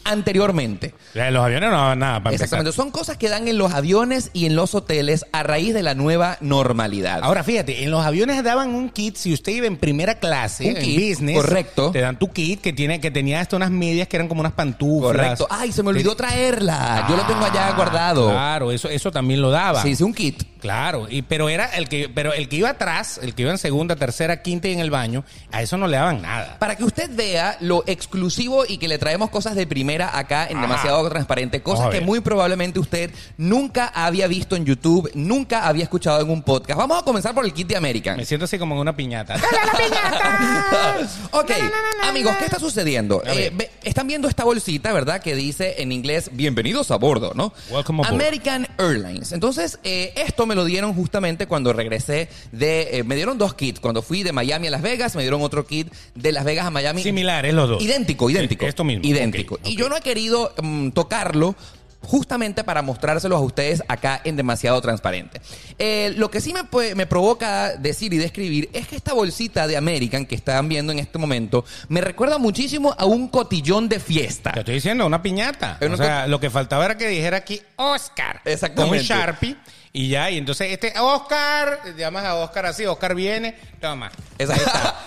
Speaker 1: anteriormente.
Speaker 2: Ya, Los aviones no daban nada para empezar.
Speaker 1: Exactamente, son cosas que dan en los aviones y en los hoteles a raíz de la nueva normalidad.
Speaker 2: Ahora fíjate, en los aviones daban un kit si usted iba en primera clase,
Speaker 1: Un
Speaker 2: en
Speaker 1: kit,
Speaker 2: business,
Speaker 1: correcto.
Speaker 2: Te dan tu kit que tiene que tenía hasta unas medias que eran como unas pantuflas.
Speaker 1: Correcto. Ay, se me olvidó traerla. Yo lo tengo allá guardado.
Speaker 2: Claro, eso eso también lo daba.
Speaker 1: Se hizo un kit.
Speaker 2: Claro, y pero era el que pero el que iba atrás, el que iba en segunda, tercera, quinta y en el baño, a eso no le daban nada.
Speaker 1: Para que usted vea lo exclusivo y que le traemos cosas de primera acá en
Speaker 2: Ajá.
Speaker 1: demasiado transparente,
Speaker 2: Vamos
Speaker 1: cosas
Speaker 2: a
Speaker 1: que
Speaker 2: ver.
Speaker 1: muy probablemente usted nunca había visto en YouTube, nunca había escuchado en un podcast. Vamos a comenzar por el kit de American.
Speaker 2: Me siento así como en una piñata.
Speaker 3: ¡Dale la piñata!
Speaker 1: Ok,
Speaker 3: Na, na, na, na,
Speaker 1: amigos,
Speaker 3: na.
Speaker 1: ¿qué está sucediendo?
Speaker 2: A ver.
Speaker 1: Eh, ve- están viendo esta bolsita, ¿verdad? Que dice en inglés, bienvenidos a bordo, ¿no?
Speaker 2: Welcome aboard.
Speaker 1: American Airlines. Entonces, eh, esto me lo dieron justamente cuando regresé de... eh, me dieron dos kits. Cuando fui de Miami a Las Vegas, me dieron otro kit de Las Vegas a Miami.
Speaker 2: Similares los dos.
Speaker 1: Idéntico, idéntico.
Speaker 2: Eh, Esto mismo.
Speaker 1: Idéntico.
Speaker 2: Ok,
Speaker 1: Y
Speaker 2: ok.
Speaker 1: yo no he querido mm, tocarlo justamente para mostrárselos a ustedes acá en demasiado transparente. Eh, lo que sí me, puede- me provoca decir y describir es que esta bolsita de American que están viendo en este momento me recuerda muchísimo a un cotillón de fiesta.
Speaker 2: Te estoy diciendo, una piñata.
Speaker 1: Pero
Speaker 2: o
Speaker 1: no
Speaker 2: sea, lo que faltaba era que dijera aquí Oscar.
Speaker 1: Exactamente.
Speaker 2: Con un Sharpie. Y ya, y entonces este Oscar, llamas a Oscar así, Oscar viene, toma.
Speaker 1: Esa-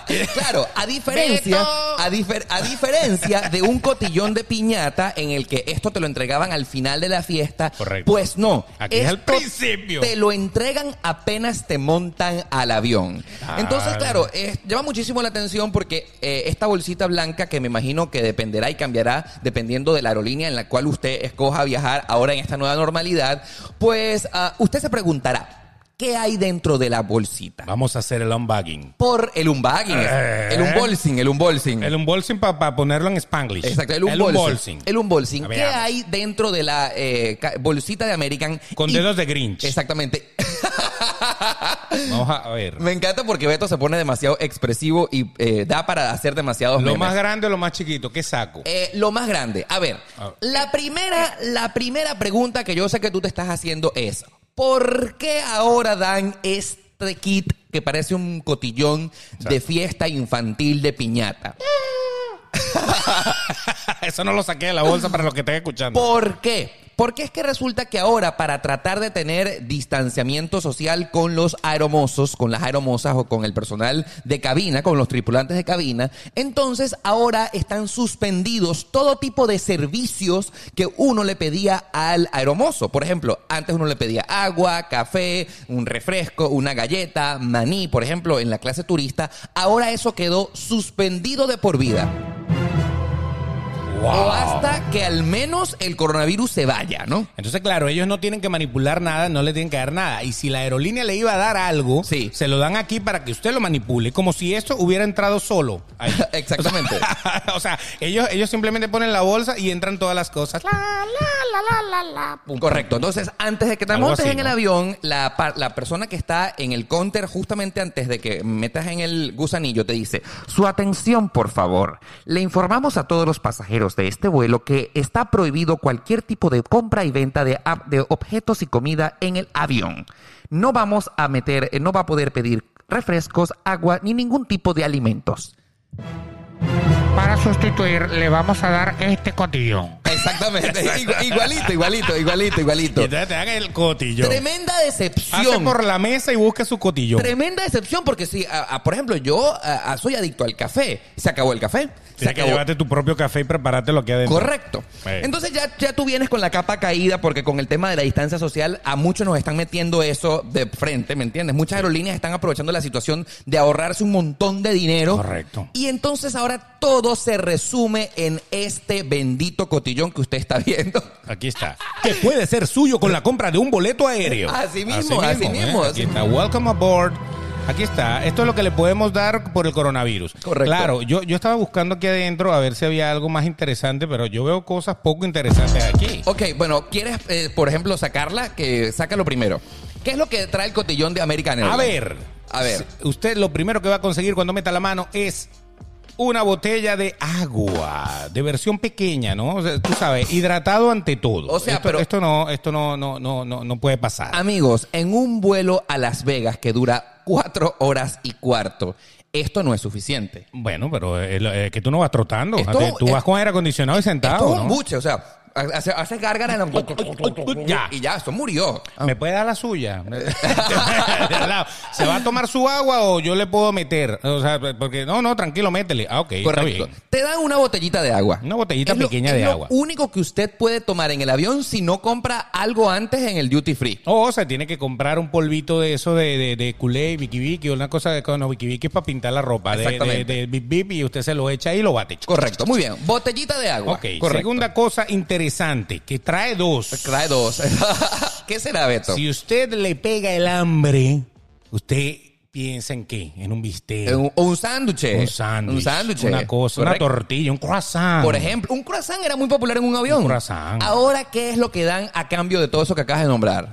Speaker 1: Eh, claro, a diferencia,
Speaker 2: Beto.
Speaker 1: a, difer- a diferencia de un cotillón de piñata en el que esto te lo entregaban al final de la fiesta,
Speaker 2: Correcto.
Speaker 1: pues no.
Speaker 2: Aquí es al
Speaker 1: Esto
Speaker 2: principio.
Speaker 1: Te lo entregan apenas te montan al avión.
Speaker 2: Claro.
Speaker 1: Entonces, claro, eh, llama muchísimo la atención porque eh, esta bolsita blanca que me imagino que dependerá y cambiará dependiendo de la aerolínea en la cual usted escoja viajar ahora en esta nueva normalidad, pues ah, usted se preguntará, ¿qué hay dentro de la bolsita?
Speaker 2: Vamos a hacer el unbagging.
Speaker 1: por el unbagging.
Speaker 2: Eh.
Speaker 1: El unbolsing, el unbolsing.
Speaker 2: El unboxing para ponerlo en Spanglish.
Speaker 1: Exacto, el unbolsing. El unbolsing.
Speaker 2: A ver,
Speaker 1: ¿Qué
Speaker 2: vamos.
Speaker 1: hay dentro de la eh, ca- bolsita de American?
Speaker 2: Con
Speaker 1: Y-
Speaker 2: dedos de Grinch.
Speaker 1: Exactamente.
Speaker 2: Vamos a ver.
Speaker 1: Me encanta porque Beto se pone demasiado expresivo y eh, da para hacer demasiados
Speaker 2: Lo
Speaker 1: memes.
Speaker 2: más grande o lo más chiquito, ¿qué saco?
Speaker 1: Eh, lo más grande. A ver,
Speaker 2: A ver.
Speaker 1: la primera, la primera pregunta que yo sé que tú te estás haciendo es: ¿por qué ahora dan este kit que parece un cotillón de fiesta infantil de piñata?
Speaker 2: Eso no lo saqué de la bolsa para los que estén escuchando.
Speaker 1: ¿Por qué? Porque es que resulta que ahora para tratar de tener distanciamiento social con los aeromosos, con las aeromosas o con el personal de cabina, con los tripulantes de cabina, entonces ahora están suspendidos todo tipo de servicios que uno le pedía al aeromozo. Por ejemplo, antes uno le pedía agua, café, un refresco, una galleta, maní, por ejemplo, en la clase turista. Ahora eso quedó suspendido de por vida. O hasta que al menos el coronavirus se vaya, ¿no?
Speaker 2: Entonces, claro, ellos no tienen que manipular nada, no le tienen que dar nada. Y si la aerolínea le iba a dar algo,
Speaker 1: Sí.
Speaker 2: se lo dan aquí para que usted lo manipule, como si esto hubiera entrado solo. ahí.
Speaker 1: Exactamente.
Speaker 2: o sea, ellos, ellos simplemente ponen la bolsa y entran todas las cosas.
Speaker 3: La, la, la, la, la, la.
Speaker 1: Correcto. Entonces, antes de que te
Speaker 2: Algo
Speaker 1: montes
Speaker 2: así,
Speaker 1: en el
Speaker 2: ¿no?
Speaker 1: avión, la, pa- la persona que está en el counter, justamente antes de que metas en el gusanillo, te dice: Su atención, por favor. Le informamos a todos los pasajeros de este vuelo que está prohibido cualquier tipo de compra y venta de, ab- de objetos y comida en el avión. No vamos a meter, eh, no va a poder pedir refrescos, agua ni ningún tipo de alimentos.
Speaker 4: Para sustituir, le vamos a dar este cotillón.
Speaker 1: Exactamente. Igu- Igualito, igualito, igualito,
Speaker 2: Y
Speaker 1: igualito.
Speaker 2: entonces te dan el cotillo.
Speaker 1: Tremenda
Speaker 2: Pase
Speaker 1: decepción.
Speaker 2: por la mesa y busca su cotillo.
Speaker 1: Tremenda decepción porque si, a- a- por ejemplo, yo a- a- soy adicto al café. Se acabó el café. Se
Speaker 2: Tienes que
Speaker 1: acabó.
Speaker 2: llevarte tu propio café y prepararte lo que adentro.
Speaker 1: Correcto.
Speaker 2: Eh.
Speaker 1: Entonces ya, ya tú vienes con la capa caída porque con el tema de la distancia social a muchos nos están metiendo eso de frente, ¿me entiendes? Muchas aerolíneas están aprovechando la situación de ahorrarse un montón de dinero.
Speaker 2: Correcto.
Speaker 1: Y entonces ahora todo se resume en este bendito cotillón que usted está viendo.
Speaker 2: Aquí está. Que puede ser suyo con la compra de un boleto aéreo.
Speaker 1: Así mismo, así mismo,
Speaker 2: ¿eh?
Speaker 1: así
Speaker 2: Aquí está. Welcome aboard. Aquí está. Esto es lo que le podemos dar por el coronavirus.
Speaker 1: Correcto.
Speaker 2: Claro, yo, yo estaba buscando aquí adentro a ver si había algo más interesante, pero yo veo cosas poco interesantes aquí.
Speaker 1: Ok, bueno, ¿quieres, eh, por ejemplo, sacarla? Que sácalo primero. ¿Qué es lo que trae el cotillón de American
Speaker 2: A
Speaker 1: Airlines?
Speaker 2: ver.
Speaker 1: A ver.
Speaker 2: s- Usted lo primero que va a conseguir cuando meta la mano es una botella de agua de versión pequeña, ¿no? O sea, tú sabes, hidratado ante todo.
Speaker 1: O sea,
Speaker 2: Esto-
Speaker 1: pero- Ah.
Speaker 2: esto no, esto no, no, no, no, no puede pasar.
Speaker 1: Amigos, en un vuelo a Las Vegas que dura cuatro horas y cuarto, esto no es suficiente.
Speaker 2: Bueno, pero eh, lo- eh, que tú no vas trotando.
Speaker 1: Esto-
Speaker 2: Te- tú
Speaker 1: es-
Speaker 2: vas con aire acondicionado y sentado.
Speaker 1: Esto es un
Speaker 2: ¿no?
Speaker 1: buche, o sea, hace, hace gárgara en la...
Speaker 2: Ya. Ah,
Speaker 1: Y ya, esto murió.
Speaker 2: ¿Me puede dar la suya? De al lado. ¿Se va a tomar su agua o yo le puedo meter? O sea, porque no, no, tranquilo, métele. Ah, ok,
Speaker 1: Pues
Speaker 2: está
Speaker 1: Correcto.
Speaker 2: bien.
Speaker 1: Te dan una botellita de agua.
Speaker 2: Una botellita
Speaker 1: lo-
Speaker 2: pequeña de agua.
Speaker 1: Lo único que usted puede tomar en el avión si no compra algo antes en el duty free.
Speaker 2: Oh, O se tiene que comprar un polvito de eso de, de, de culé y Vicky Vicky, una cosa de no, Vicky Vicky es para pintar la ropa. De, de,
Speaker 1: Exactamente.
Speaker 2: de Bip Bip y usted se lo echa ahí y lo bate.
Speaker 1: Correcto, muy bien. Botellita de agua.
Speaker 2: Ok,
Speaker 1: Correcto.
Speaker 2: segunda cosa interesante, que trae dos.
Speaker 1: Trae dos. ¿Qué será, Beto?
Speaker 2: Si usted le pega el hambre, usted piensa en qué? En un bistec.
Speaker 1: Un- O un sándwich.
Speaker 2: Un sándwich.
Speaker 1: Un sándwich. eh,
Speaker 2: Una cosa,
Speaker 1: Correcto.
Speaker 2: una tortilla, un croissant.
Speaker 1: Por ejemplo, un croissant era muy popular en un avión.
Speaker 2: Un croissant.
Speaker 1: Ahora, ¿qué es lo que dan a cambio de todo eso que acabas de nombrar?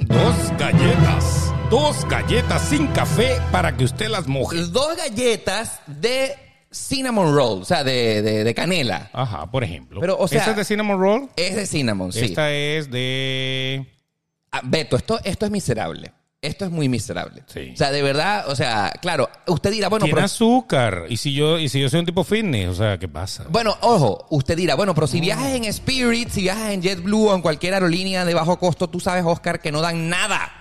Speaker 2: Dos galletas. Dos galletas sin café para que usted las moje.
Speaker 1: Dos galletas de cinnamon roll, o sea, de, de- de canela.
Speaker 2: Ajá, por ejemplo.
Speaker 1: Pero, o sea-
Speaker 2: ¿Esta es de cinnamon roll?
Speaker 1: Es de cinnamon, sí.
Speaker 2: Esta es de...
Speaker 1: Ah, Beto, esto, esto es miserable. Esto es muy miserable.
Speaker 2: Sí.
Speaker 1: O sea, de verdad, o sea, claro, usted dirá, bueno,
Speaker 2: Tiene
Speaker 1: pero...
Speaker 2: azúcar. ¿Y si, yo, y si yo soy un tipo fitness, o sea, ¿qué pasa?
Speaker 1: Bueno, ojo, usted dirá, bueno,
Speaker 2: Mm.
Speaker 1: pero si viajas en Spirit, si viajas en JetBlue o en cualquier aerolínea de bajo costo, tú sabes, Oscar, que no dan nada.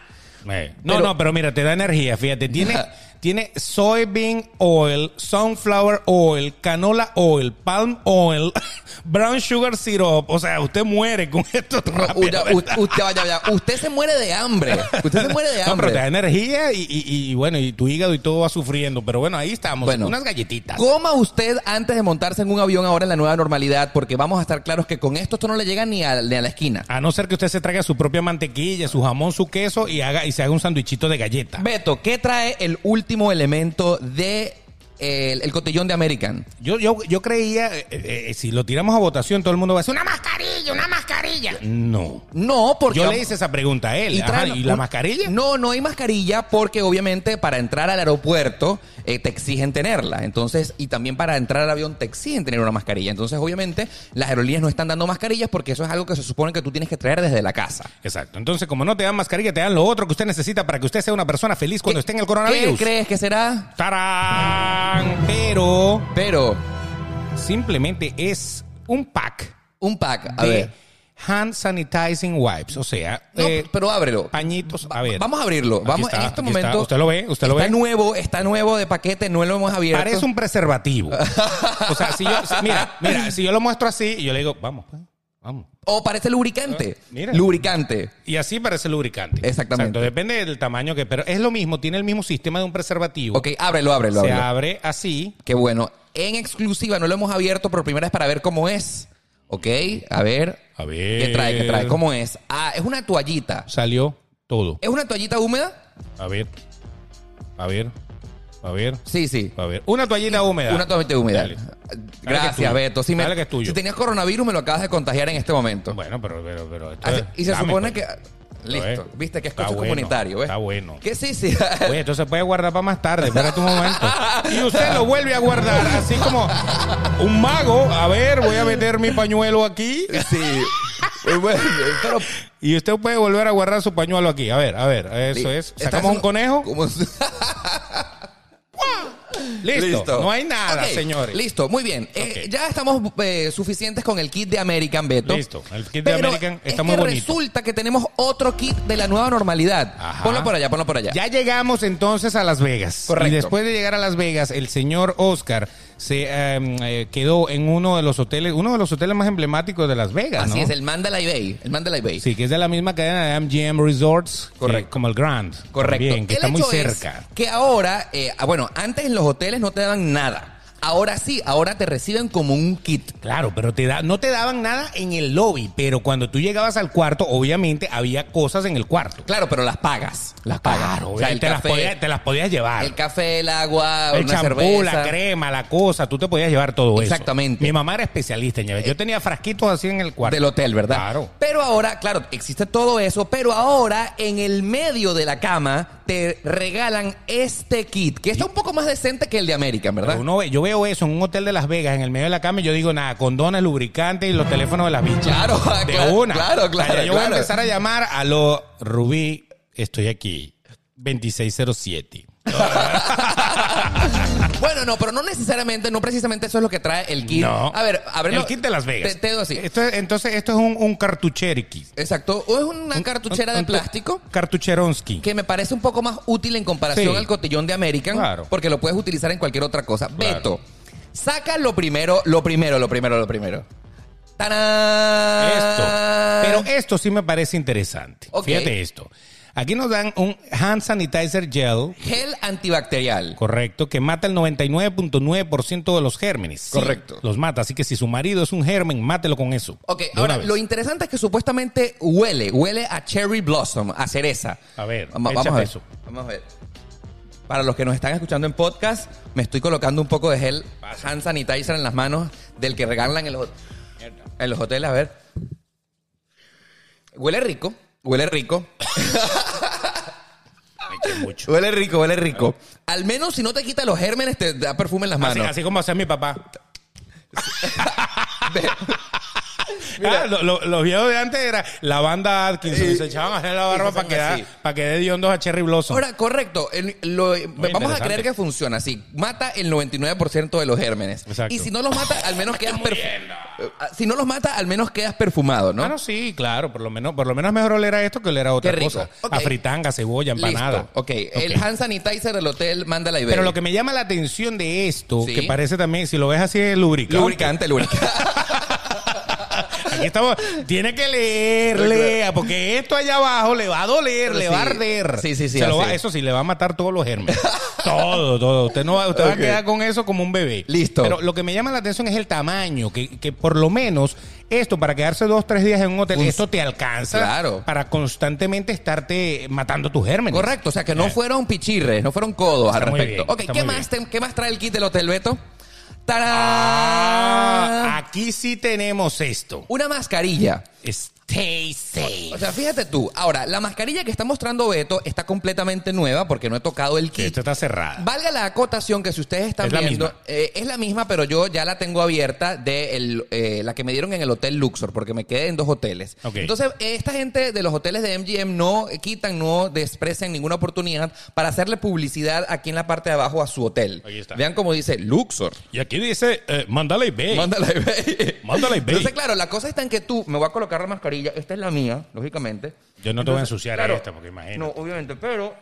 Speaker 2: Eh, No,
Speaker 1: pero-
Speaker 2: no, pero mira, te da energía, fíjate. Tiene, tiene soybean oil, sunflower oil, canola oil, palm oil, brown sugar syrup. O sea, usted muere con esto rápido.
Speaker 1: Uy, ya, u- usted, vaya, vaya, usted se muere de hambre. Usted se muere de
Speaker 2: No, pero te da
Speaker 1: hambre.
Speaker 2: energía y, y- y, bueno, y tu hígado y todo va sufriendo. Pero bueno, ahí estamos.
Speaker 1: Bueno.
Speaker 2: unas galletitas.
Speaker 1: Coma usted antes de montarse en un avión ahora en la nueva normalidad, porque vamos a estar claros que con esto esto no le llega ni a, ni a la esquina.
Speaker 2: A no ser que usted se traiga su propia mantequilla, su jamón, su queso y haga y se haga un sandwichito de galleta.
Speaker 1: Beto, ¿qué trae el último elemento de eh, el, el cotillón de American?
Speaker 2: Yo, yo, yo creía, eh, eh, eh, si lo tiramos a votación, todo el mundo va a decir una mascarilla, una mascarilla. No.
Speaker 1: No, porque
Speaker 2: Yo le hice esa pregunta a él. Ajá, ¿Y,
Speaker 1: traen
Speaker 2: la
Speaker 1: un-
Speaker 2: mascarilla?
Speaker 1: No, no hay mascarilla porque obviamente para entrar al aeropuerto eh, te exigen tenerla. Entonces, y también para entrar al avión te exigen tener una mascarilla. Entonces, obviamente, las aerolíneas no están dando mascarillas porque eso es algo que se supone que tú tienes que traer desde la casa.
Speaker 2: Exacto. Entonces, como no te dan mascarilla, te dan lo otro que usted necesita para que usted sea una persona feliz cuando
Speaker 1: ¿Qué-
Speaker 2: esté en el coronavirus.
Speaker 1: ¿Qué crees que será?
Speaker 2: ¡Tarán! Pero
Speaker 1: Pero,
Speaker 2: simplemente es un pack
Speaker 1: un pack, a
Speaker 2: de
Speaker 1: ver.
Speaker 2: hand sanitizing wipes. O sea,
Speaker 1: No,
Speaker 2: eh,
Speaker 1: pero ábrelo.
Speaker 2: pañitos. A ver.
Speaker 1: Vamos a abrirlo.
Speaker 2: Aquí
Speaker 1: Vamos
Speaker 2: está,
Speaker 1: en este
Speaker 2: aquí está.
Speaker 1: momento.
Speaker 2: Usted lo ve, usted lo
Speaker 1: está
Speaker 2: ve.
Speaker 1: nuevo, está nuevo de paquete, no lo hemos abierto.
Speaker 2: Parece un preservativo. o sea, si yo, si- mira, mira, si yo lo muestro así, yo le digo, vamos, pues, vamos.
Speaker 1: O parece lubricante.
Speaker 2: Ah, mira.
Speaker 1: Lubricante.
Speaker 2: Y así parece lubricante.
Speaker 1: Exactamente.
Speaker 2: Exacto, depende del tamaño que, pero es lo mismo, tiene el mismo sistema de un preservativo.
Speaker 1: Ok, ábrelo, ábrelo,
Speaker 2: Se
Speaker 1: ábrelo.
Speaker 2: abre así.
Speaker 1: Qué bueno. En exclusiva, no lo hemos abierto por primera vez para ver cómo es. ¿Ok? A ver.
Speaker 2: A ver.
Speaker 1: ¿Qué trae? ¿Qué trae? ¿Cómo es? Ah, es una toallita.
Speaker 2: Salió todo.
Speaker 1: ¿Es una toallita húmeda?
Speaker 2: A ver. A ver. A ver.
Speaker 1: Sí, sí.
Speaker 2: A ver. Una toallita húmeda.
Speaker 1: Una toallita húmeda.
Speaker 2: Dale.
Speaker 1: Gracias,
Speaker 2: que es tuyo.
Speaker 1: Beto. Si, me-
Speaker 2: Dale que es tuyo.
Speaker 1: si tenías coronavirus, me lo acabas de contagiar en este momento.
Speaker 2: Bueno, pero, pero, pero. esto
Speaker 1: Así-
Speaker 2: es-
Speaker 1: y se
Speaker 2: dame,
Speaker 1: supone
Speaker 2: coño.
Speaker 1: que. Listo.
Speaker 2: eh.
Speaker 1: Viste que es
Speaker 2: Está
Speaker 1: coche
Speaker 2: bueno,
Speaker 1: comunitario, ¿ves?
Speaker 2: está bueno.
Speaker 1: Que sí, sí.
Speaker 2: Oye, esto se puede guardar para más tarde, espérate un momento. Y usted lo vuelve a guardar, así como un mago. A ver, voy a meter mi pañuelo aquí.
Speaker 1: sí. Muy bueno, pero-
Speaker 2: Y usted puede volver a guardar su pañuelo aquí. A ver, a ver, eso es.
Speaker 1: Está
Speaker 2: Sacamos un
Speaker 1: haciendo-
Speaker 2: conejo.
Speaker 1: como-
Speaker 2: Listo. No hay nada,
Speaker 1: Ok,
Speaker 2: señores.
Speaker 1: Listo, muy bien. Eh,
Speaker 2: Ok.
Speaker 1: Ya estamos eh, suficientes con el kit de American, Beto.
Speaker 2: Listo, el kit de
Speaker 1: Pero
Speaker 2: American
Speaker 1: es que
Speaker 2: está muy bonito.
Speaker 1: resulta que tenemos otro kit de la nueva normalidad.
Speaker 2: Ajá.
Speaker 1: Ponlo por allá, ponlo por allá.
Speaker 2: Ya llegamos entonces a Las Vegas.
Speaker 1: Correcto.
Speaker 2: Y después de llegar a Las Vegas, el señor Oscar se em, eh, quedó en uno de los hoteles, uno de los hoteles más emblemáticos de Las Vegas,
Speaker 1: Así
Speaker 2: ¿no?
Speaker 1: es, el Mandalay Bay. El Mandalay Bay.
Speaker 2: Sí, que es de la misma cadena de MGM Resorts, que-
Speaker 1: Correcto.
Speaker 2: como el Grand.
Speaker 1: Correcto.
Speaker 2: también, que
Speaker 1: El
Speaker 2: está muy
Speaker 1: hecho es
Speaker 2: cerca.
Speaker 1: que ahora, eh, ah, bueno, antes en los hoteles no te daban nada. ahora sí, ahora te reciben como un kit.
Speaker 2: Claro, pero te da, no te daban nada en el lobby, pero cuando tú llegabas al cuarto, obviamente había cosas en el cuarto.
Speaker 1: Claro, pero las pagas. Las pagas.
Speaker 2: Claro,
Speaker 1: O sea,
Speaker 2: obviamente,
Speaker 1: el
Speaker 2: te, las
Speaker 1: café,
Speaker 2: podías, te las podías llevar.
Speaker 1: el café, el agua,
Speaker 2: El
Speaker 1: una
Speaker 2: champú,
Speaker 1: cerveza.
Speaker 2: la crema, la cosa, tú te podías llevar todo eso.
Speaker 1: Exactamente. Eh,
Speaker 2: Mi mamá era especialista en llaves. Yo tenía frasquitos así en el cuarto.
Speaker 1: Del hotel, ¿verdad?
Speaker 2: Claro.
Speaker 1: Pero ahora, claro, existe todo eso, pero ahora en el medio de la cama te regalan este kit, que está un poco más decente que el de American, ¿verdad?
Speaker 2: Pero uno ve- yo veo eso en un hotel de Las Vegas, en el medio de la cama, y yo digo, nada, condones, lubricantes y los teléfonos de las bichas.
Speaker 1: Claro,
Speaker 2: de
Speaker 1: claro,
Speaker 2: una.
Speaker 1: claro, claro,
Speaker 2: O sea, yo voy
Speaker 1: claro.
Speaker 2: a empezar a llamar a los Rubí, estoy aquí, 2607.
Speaker 1: Bueno, no, pero no necesariamente, no precisamente eso es lo que trae el kit.
Speaker 2: No.
Speaker 1: A ver, a ver.
Speaker 2: El kit de Las Vegas. Eh.
Speaker 1: Te, te doy así.
Speaker 2: Esto es- entonces, esto es un, un cartucheriki.
Speaker 1: Exacto. O es una cartuchera
Speaker 2: Un-
Speaker 1: de
Speaker 2: un-
Speaker 1: plástico.
Speaker 2: Cartucheronsky.
Speaker 1: que me parece un poco más útil en comparación
Speaker 2: Sí.
Speaker 1: al cotillón de American,
Speaker 2: Claro.
Speaker 1: porque lo puedes utilizar en cualquier otra cosa.
Speaker 2: Claro.
Speaker 1: Beto, saca lo primero, lo primero, lo primero, lo primero. ¡Tarán!
Speaker 2: Esto. Pero esto sí me parece interesante.
Speaker 1: Ok.
Speaker 2: Fíjate esto. Aquí nos dan un hand sanitizer gel,
Speaker 1: Gel antibacterial.
Speaker 2: correcto, que mata el 99.9% de los gérmenes. Sí,
Speaker 1: Correcto.
Speaker 2: Los mata. Así que si su marido es un germen, mátelo con eso.
Speaker 1: Ok,
Speaker 2: De
Speaker 1: ahora,
Speaker 2: una vez.
Speaker 1: lo interesante es que supuestamente huele, huele a cherry blossom, a cereza.
Speaker 2: A ver,
Speaker 1: Vamos- vamos
Speaker 2: échate
Speaker 1: a ver.
Speaker 2: eso.
Speaker 1: Vamos a ver. Para los que nos están escuchando en podcast, me estoy colocando un poco de gel hand sanitizer en las manos del que regalan en los, en los hoteles. A ver. Huele rico, huele rico,
Speaker 2: Ay, qué mucho.
Speaker 1: huele rico, huele rico. Al menos si no te quita los gérmenes, te da perfume en las
Speaker 2: Así,
Speaker 1: manos.
Speaker 2: así como hacía mi papá. Ah, lo- lo- los viejos de antes era la banda Atkinson. y se echaban a hacer la
Speaker 1: y
Speaker 2: barba
Speaker 1: se
Speaker 2: para
Speaker 1: hacían
Speaker 2: que,
Speaker 1: así.
Speaker 2: para que dé hediondos a Cherry Blossom.
Speaker 1: Ahora, correcto. El- lo- vamos a
Speaker 2: interesante.
Speaker 1: creer que funciona así. Mata el 99% de los gérmenes.
Speaker 2: Exacto.
Speaker 1: Y si no los mata, al menos quedas perfu- Ah, Si no los mata, al menos quedas perfumado, ¿no?
Speaker 2: Ah, no, sí, claro. Por lo menos, por lo menos mejor oler a esto que oler a otra
Speaker 1: Qué rico.
Speaker 2: cosa.
Speaker 1: Ok.
Speaker 2: A fritanga, cebolla, empanada.
Speaker 1: Listo. Okay.
Speaker 2: Ok.
Speaker 1: El hand sanitizer del hotel manda la idea.
Speaker 2: Pero lo que me llama la atención de esto,
Speaker 1: Sí.
Speaker 2: que parece también, si lo ves así, es lubricante.
Speaker 1: Lubricante, lubricante.
Speaker 2: Aquí estamos. Tiene que leer, lea, porque esto allá abajo le va a doler, le
Speaker 1: Sí.
Speaker 2: va a arder.
Speaker 1: Sí, sí, sí,
Speaker 2: Se lo
Speaker 1: así
Speaker 2: va-
Speaker 1: es.
Speaker 2: eso sí, le va a matar todos los gérmenes. todo, todo. Usted, no va, usted va
Speaker 1: Ok.
Speaker 2: a quedar con eso como un bebé.
Speaker 1: Listo.
Speaker 2: Pero lo que me llama la atención es el tamaño, que, que por lo menos esto, para quedarse dos, tres días en un hotel,
Speaker 1: Fun-
Speaker 2: esto te alcanza
Speaker 1: Claro.
Speaker 2: para constantemente estarte matando tus gérmenes.
Speaker 1: Correcto, o sea que no fueron pichirres, no fueron codos al
Speaker 2: Está muy
Speaker 1: respecto.
Speaker 2: bien,
Speaker 1: Ok,
Speaker 2: está
Speaker 1: ¿qué
Speaker 2: muy
Speaker 1: más, te- ¿qué más trae el kit del hotel, Beto? ¡Tarán!
Speaker 2: Ah, aquí sí tenemos esto.
Speaker 1: Una mascarilla.
Speaker 2: Stay safe.
Speaker 1: O sea, fíjate tú. Ahora, la mascarilla que está mostrando Beto está completamente nueva porque no he tocado el kit.
Speaker 2: Esto está cerrada.
Speaker 1: Valga la acotación que si ustedes están
Speaker 2: Es la
Speaker 1: viendo,
Speaker 2: misma.
Speaker 1: eh, es la misma, pero yo ya la tengo abierta de el, eh, la que me dieron en el Hotel Luxor, porque me quedé en dos hoteles.
Speaker 2: Ok.
Speaker 1: Entonces, esta gente de los hoteles de MGM no quitan, no desprecian ninguna oportunidad para hacerle publicidad aquí en la parte de abajo a su hotel.
Speaker 2: Ahí está.
Speaker 1: Vean cómo dice Luxor.
Speaker 2: Y aquí dice, eh, mándale ve.
Speaker 1: Mándala y ve.
Speaker 2: Mándala y ve.
Speaker 1: Entonces, claro, la cosa está en que tú, me voy a colocar la mascarilla, esta es la mía, lógicamente.
Speaker 2: Yo no te voy a ensuciar
Speaker 1: claro,
Speaker 2: esta, porque imagínate.
Speaker 1: No, obviamente, pero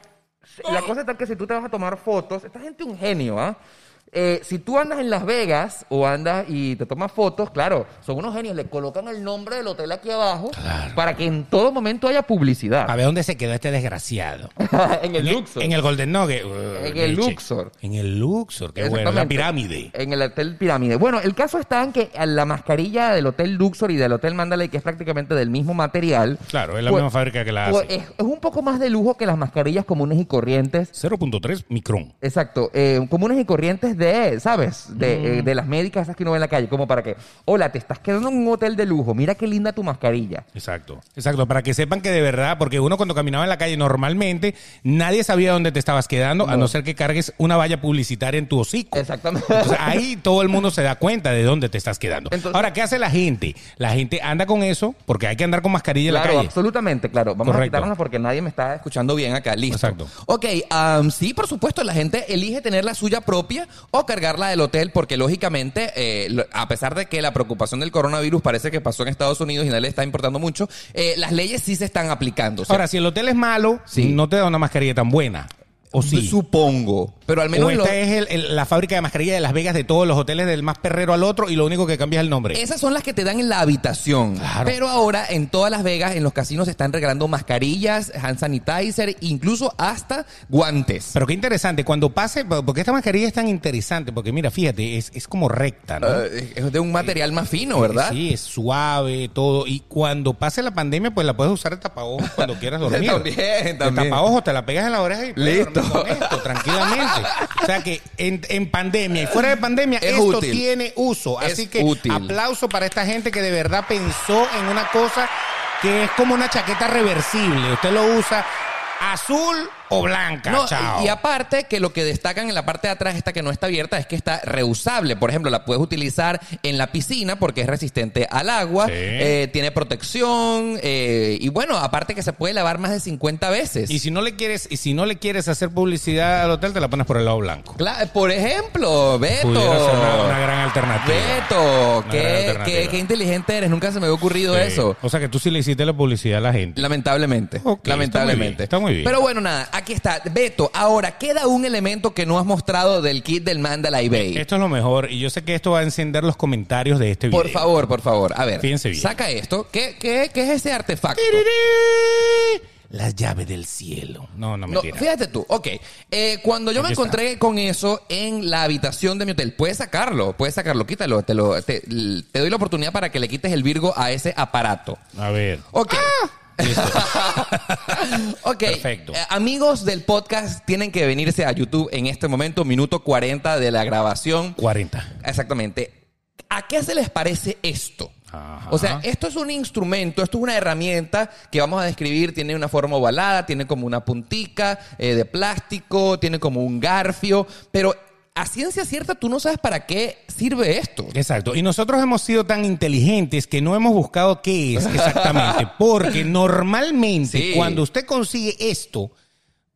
Speaker 1: la cosa está en que si tú te vas a tomar fotos, esta gente es un genio, ¿ah? Eh, si tú andas en Las Vegas o andas y te tomas fotos, claro, son unos genios, le colocan el nombre del hotel aquí abajo para que en todo momento haya
Speaker 2: A
Speaker 1: publicidad.
Speaker 2: ver dónde se quedó este desgraciado.
Speaker 1: en el Luxor.
Speaker 2: En el Golden Nugget.
Speaker 1: En el Luxor.
Speaker 2: En el Luxor, qué bueno. La
Speaker 1: Exactamente.
Speaker 2: pirámide.
Speaker 1: En el Hotel Pirámide. Bueno, el caso está en que a la mascarilla del Hotel Luxor y del Hotel Mandalay, que es prácticamente del mismo material.
Speaker 2: Claro, es la misma fábrica que la
Speaker 1: pues
Speaker 2: hace.
Speaker 1: es, es un poco más de lujo que las mascarillas comunes y corrientes.
Speaker 2: 0.3 micrón.
Speaker 1: Exacto, eh, comunes y corrientes de, ¿sabes? De, eh, de las médicas esas que uno ve en la calle, como para que, hola, te estás quedando en un hotel de lujo, mira qué linda tu mascarilla.
Speaker 2: Exacto. Exacto, para que sepan que de verdad, porque uno cuando caminaba en la calle normalmente, nadie sabía dónde te estabas quedando, a no ser que cargues una valla publicitaria en tu hocico.
Speaker 1: Exactamente.
Speaker 2: Entonces, ahí todo el mundo se da cuenta de dónde te estás quedando.
Speaker 1: Entonces-
Speaker 2: Ahora, ¿qué hace la gente? La gente anda con eso porque hay que andar con mascarilla en
Speaker 1: Claro,
Speaker 2: la calle.
Speaker 1: absolutamente, claro. Vamos a
Speaker 2: Correcto.
Speaker 1: quitarnos porque nadie me está escuchando bien acá. Listo.
Speaker 2: Exacto.
Speaker 1: Ok, am, sí, por supuesto, la gente elige tener la suya propia o cargarla del hotel porque, lógicamente, eh, lo- a pesar de que la preocupación del coronavirus parece que pasó en Estados Unidos y no le está importando mucho, eh, las leyes sí se están aplicando. O sea,
Speaker 2: Ahora, si el hotel es malo,
Speaker 1: Sí.
Speaker 2: no te da una mascarilla tan buena. O sí.
Speaker 1: Supongo. Pero al menos
Speaker 2: o esta
Speaker 1: lo-
Speaker 2: es el- el- la fábrica de mascarillas de Las Vegas de todos los hoteles del más perrero al otro y lo único que cambia es el nombre.
Speaker 1: Esas son las que te dan en la habitación.
Speaker 2: Claro.
Speaker 1: Pero ahora en todas Las Vegas, en los casinos, se están regalando mascarillas, hand sanitizer, incluso hasta guantes.
Speaker 2: Pero qué interesante, cuando pase, porque esta mascarilla es tan interesante, porque mira, fíjate, es, es como recta, ¿no?
Speaker 1: Eh, es de un material más fino, ¿verdad?
Speaker 2: Ah. Sí, es suave, todo. Y cuando pase la pandemia, pues la puedes usar de tapaojos cuando quieras dormir.
Speaker 1: También,
Speaker 2: De
Speaker 1: también.
Speaker 2: tapaojos, te la pegas en la oreja y puedes
Speaker 1: Listo.
Speaker 2: dormir con esto, tranquilamente. O sea que en, en pandemia y fuera de pandemia,
Speaker 1: Es
Speaker 2: esto
Speaker 1: útil.
Speaker 2: tiene uso. Así
Speaker 1: Es
Speaker 2: que
Speaker 1: útil.
Speaker 2: aplauso para esta gente que de verdad pensó en una cosa que es como una chaqueta reversible. Usted lo usa azul o blanca.
Speaker 1: No,
Speaker 2: Chao.
Speaker 1: y, y aparte que lo que destacan en la parte de atrás, esta que no está abierta, es que está reusable. Por ejemplo, la puedes utilizar en la piscina porque es resistente al agua,
Speaker 2: Sí.
Speaker 1: eh, tiene protección eh, y bueno, aparte que se puede lavar más de 50 veces.
Speaker 2: Y si no le quieres, y si no le quieres hacer publicidad al hotel, te la pones por el lado blanco.
Speaker 1: Cla- por ejemplo, Beto.
Speaker 2: Pudiera ser una, una gran alternativa.
Speaker 1: Beto,
Speaker 2: Una gran
Speaker 1: qué,
Speaker 2: alternativa.
Speaker 1: qué- qué inteligente eres, nunca se me había ocurrido
Speaker 2: Sí.
Speaker 1: eso.
Speaker 2: O sea que tú sí le hiciste la publicidad a la gente.
Speaker 1: Lamentablemente.
Speaker 2: Ok,
Speaker 1: lamentablemente.
Speaker 2: está muy bien, está muy bien.
Speaker 1: Pero bueno, nada, aquí está. Beto, ahora queda un elemento que no has mostrado del kit del Mandala eBay.
Speaker 2: Esto es lo mejor y yo sé que esto va a encender los comentarios de este video.
Speaker 1: Por favor, por favor. A ver,
Speaker 2: Fíjense bien.
Speaker 1: saca esto. ¿Qué, qué, qué es ese artefacto?
Speaker 2: Las llaves del cielo. No, no
Speaker 1: No,
Speaker 2: mentira.
Speaker 1: fíjate tú, ok. Eh, cuando yo me
Speaker 2: Aquí está.
Speaker 1: encontré con eso en la habitación de mi hotel, puedes sacarlo, puedes sacarlo, quítalo, te, lo, te, te doy la oportunidad para que le quites el Virgo a ese aparato.
Speaker 2: a ver.
Speaker 1: Ok. Ah. ok.
Speaker 2: Perfecto.
Speaker 1: Eh, amigos del podcast tienen que venirse a YouTube en este momento, minuto 40 de la grabación.
Speaker 2: 40.
Speaker 1: Exactamente. ¿A qué se les parece esto?
Speaker 2: Ajá.
Speaker 1: O sea, esto es un instrumento, esto es una herramienta que vamos a describir. Tiene una forma ovalada, tiene como una puntica eh, de plástico, tiene como un garfio, pero a ciencia cierta tú no sabes para qué sirve esto.
Speaker 2: Exacto. Y nosotros hemos sido tan inteligentes que no hemos buscado qué es exactamente. Porque normalmente
Speaker 1: Sí.
Speaker 2: cuando usted consigue esto,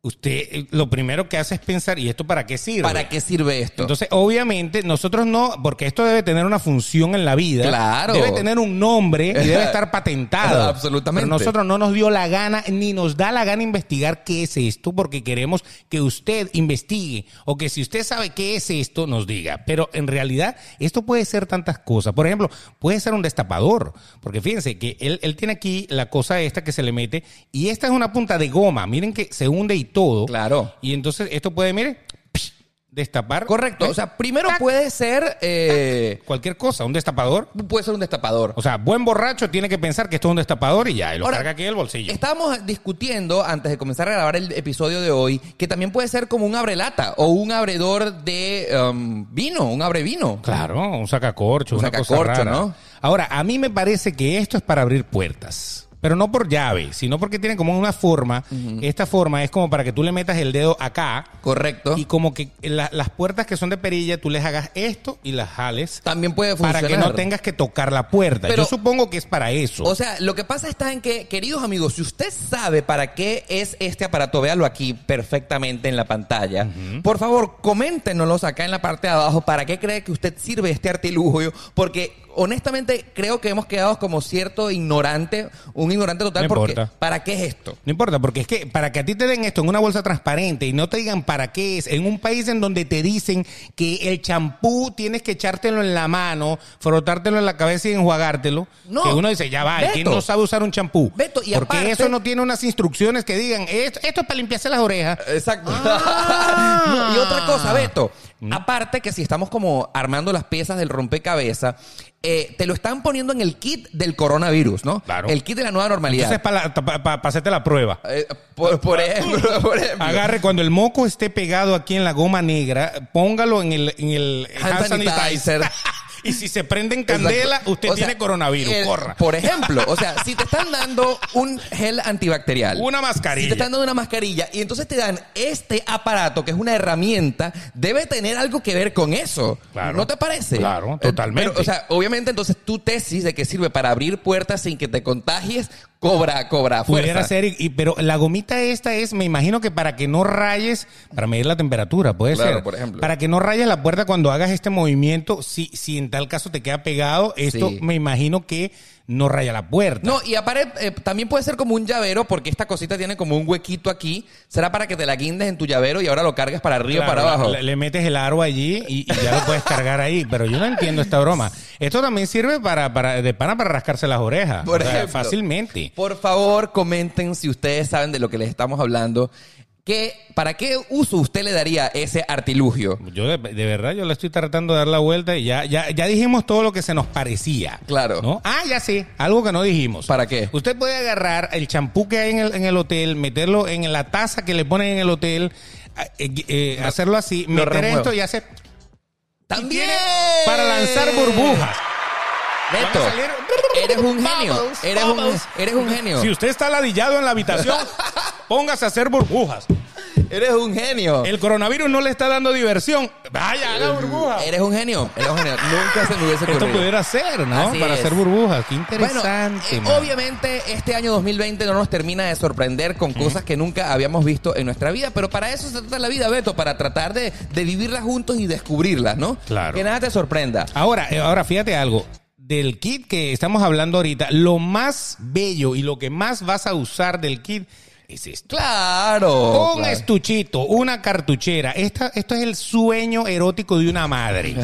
Speaker 2: usted eh, lo primero que hace es pensar, ¿y esto para qué sirve?
Speaker 1: ¿Para qué sirve esto?
Speaker 2: Entonces, obviamente, nosotros no, porque esto debe tener una función en la vida.
Speaker 1: Claro. Ah,
Speaker 2: Debe tener un nombre y debe estar patentado.
Speaker 1: Absolutamente.
Speaker 2: Pero nosotros no nos dio la gana, ni nos da la gana investigar qué es esto, porque queremos que usted investigue o que si usted sabe qué es esto, nos diga. Pero en realidad, esto puede ser tantas cosas. Por ejemplo, puede ser un destapador, porque fíjense que él, él tiene aquí la cosa esta que se le mete y esta es una punta de goma. Miren que se hunde y todo.
Speaker 1: Claro.
Speaker 2: Y entonces esto puede, mire, destapar. ¿eh?
Speaker 1: Correcto. O sea, primero puede ser, eh,
Speaker 2: cualquier cosa, un destapador.
Speaker 1: puede ser un destapador.
Speaker 2: O sea, buen borracho tiene que pensar que esto es un destapador y ya, y lo
Speaker 1: Ahora,
Speaker 2: carga aquí en el bolsillo.
Speaker 1: Estábamos discutiendo antes de comenzar a grabar el episodio de hoy que también puede ser como un abrelata o un abredor de um, vino, un abrevino.
Speaker 2: Claro, un sacacorcho,
Speaker 1: Un
Speaker 2: una cosa
Speaker 1: sacacorcho,
Speaker 2: rara.
Speaker 1: ¿no?
Speaker 2: Ahora, a mí me parece que esto es para abrir puertas. Pero no por llave, sino porque tiene como una forma. Esta forma es como para que tú le metas el dedo acá
Speaker 1: Correcto.
Speaker 2: y como que la- las puertas que son de perilla, tú les hagas esto y las jales
Speaker 1: También puede funcionar.
Speaker 2: para que no tengas que tocar la puerta.
Speaker 1: Pero-
Speaker 2: Yo supongo que es para eso.
Speaker 1: O sea, lo que pasa está en que, queridos amigos, si usted sabe para qué es este aparato, véalo aquí perfectamente en la pantalla. Por favor, coméntenoslos acá en la parte de abajo para qué cree que usted sirve este artilugio, porque honestamente creo que hemos quedado como cierto ignorante, un ignorante total,
Speaker 2: No
Speaker 1: porque
Speaker 2: importa.
Speaker 1: ¿para qué es esto?
Speaker 2: No importa, porque es que para que a ti te den esto en una bolsa transparente y no te digan para qué es, en un país en donde te dicen que el champú tienes que echártelo en la mano, frotártelo en la cabeza y enjuagártelo,
Speaker 1: No.
Speaker 2: que uno dice, ya va, ¿y ¿quién
Speaker 1: Beto.
Speaker 2: no sabe usar un champú?
Speaker 1: Beto, y
Speaker 2: porque
Speaker 1: aparte-
Speaker 2: eso no tiene unas instrucciones que digan, esto, esto es para limpiarse las orejas.
Speaker 1: Exacto. No, y otra
Speaker 2: Ah.
Speaker 1: cosa, Beto. Aparte que si estamos como armando las piezas del rompecabezas, eh, te lo están poniendo en el kit del coronavirus, ¿no?
Speaker 2: Claro.
Speaker 1: El kit de la nueva normalidad.
Speaker 2: Entonces es para, la- pa- pa- pa hacerte la prueba.
Speaker 1: Eh, por, por ejemplo, por ejemplo.
Speaker 2: Agarre cuando el moco esté pegado aquí en la goma negra, póngalo en el, en el
Speaker 1: Hand sanitizer.
Speaker 2: y si se prende en
Speaker 1: Exacto.
Speaker 2: candela, usted
Speaker 1: O sea,
Speaker 2: tiene coronavirus,
Speaker 1: el-
Speaker 2: corra.
Speaker 1: Por ejemplo, o sea, si te están dando un gel antibacterial.
Speaker 2: Una mascarilla.
Speaker 1: Si te están dando una mascarilla y entonces te dan este aparato que es una herramienta, debe tener algo que ver con eso.
Speaker 2: Claro.
Speaker 1: ¿No te parece?
Speaker 2: Claro,
Speaker 1: Eh,
Speaker 2: totalmente.
Speaker 1: pero, o sea, obviamente entonces tu tesis de que sirve para abrir puertas sin que te contagies, cobra, cobra fuerza.
Speaker 2: Pudiera ser, y, y- pero la gomita esta es, me imagino que para que no rayes, para medir la temperatura, puede
Speaker 1: Claro,
Speaker 2: ser.
Speaker 1: por ejemplo.
Speaker 2: Para que no rayes la puerta cuando hagas este movimiento, si, si en tal caso te queda pegado, esto
Speaker 1: Sí.
Speaker 2: me imagino que no raya la puerta.
Speaker 1: No, y aparte, eh, también puede ser como un llavero, porque esta cosita tiene como un huequito aquí. Será para que te la guindes en tu llavero y ahora lo cargas para arriba o
Speaker 2: Claro,
Speaker 1: para abajo.
Speaker 2: Le, le metes el aro allí y, y ya lo puedes cargar ahí. Pero yo no entiendo esta broma. Esto también sirve para, para de pana para rascarse las orejas.
Speaker 1: Por
Speaker 2: O sea,
Speaker 1: ejemplo.
Speaker 2: fácilmente.
Speaker 1: Por favor, comenten si ustedes saben de lo que les estamos hablando. ¿Qué, ¿Para qué uso usted le daría ese artilugio?
Speaker 2: Yo de, de verdad yo le estoy tratando de dar la vuelta y ya, ya, ya dijimos todo lo que se nos parecía.
Speaker 1: Claro.
Speaker 2: ¿no? Ah, ya sí. Algo que no dijimos.
Speaker 1: ¿Para qué?
Speaker 2: Usted puede agarrar el champú que hay en el, en el hotel, meterlo en la taza que le ponen en el hotel, eh, eh, hacerlo así,
Speaker 1: lo
Speaker 2: meter
Speaker 1: remuevo.
Speaker 2: esto y hacer
Speaker 1: También
Speaker 2: para lanzar burbujas.
Speaker 1: Neto,
Speaker 2: Van a salir-
Speaker 1: eres un genio.
Speaker 2: Bubbles,
Speaker 1: Eres un,
Speaker 2: bubbles.
Speaker 1: eres un genio.
Speaker 2: Si usted está ladillado en la habitación, póngase a hacer burbujas.
Speaker 1: Eres un genio.
Speaker 2: El coronavirus no le está dando diversión. Vaya, haga burbujas.
Speaker 1: Eres un genio. Eres un genio. Nunca se me hubiese
Speaker 2: Esto
Speaker 1: ocurrido.
Speaker 2: pudiera ser, ¿no?
Speaker 1: Así
Speaker 2: Para
Speaker 1: es.
Speaker 2: hacer burbujas. Qué
Speaker 1: Bueno,
Speaker 2: interesante.
Speaker 1: eh,
Speaker 2: man.
Speaker 1: obviamente este año 2020 no nos termina de sorprender con cosas que nunca habíamos visto en nuestra vida, pero para eso se trata la vida, Beto, para tratar de, de vivirlas juntos y descubrirlas, ¿no?
Speaker 2: Claro.
Speaker 1: Que nada te sorprenda.
Speaker 2: Ahora, eh, ahora fíjate algo. Del kit que estamos hablando ahorita, lo más bello y lo que más vas a usar del kit es este. esto.
Speaker 1: Claro.
Speaker 2: Un
Speaker 1: claro.
Speaker 2: estuchito, una cartuchera. Esta, esto es el sueño erótico de una madre.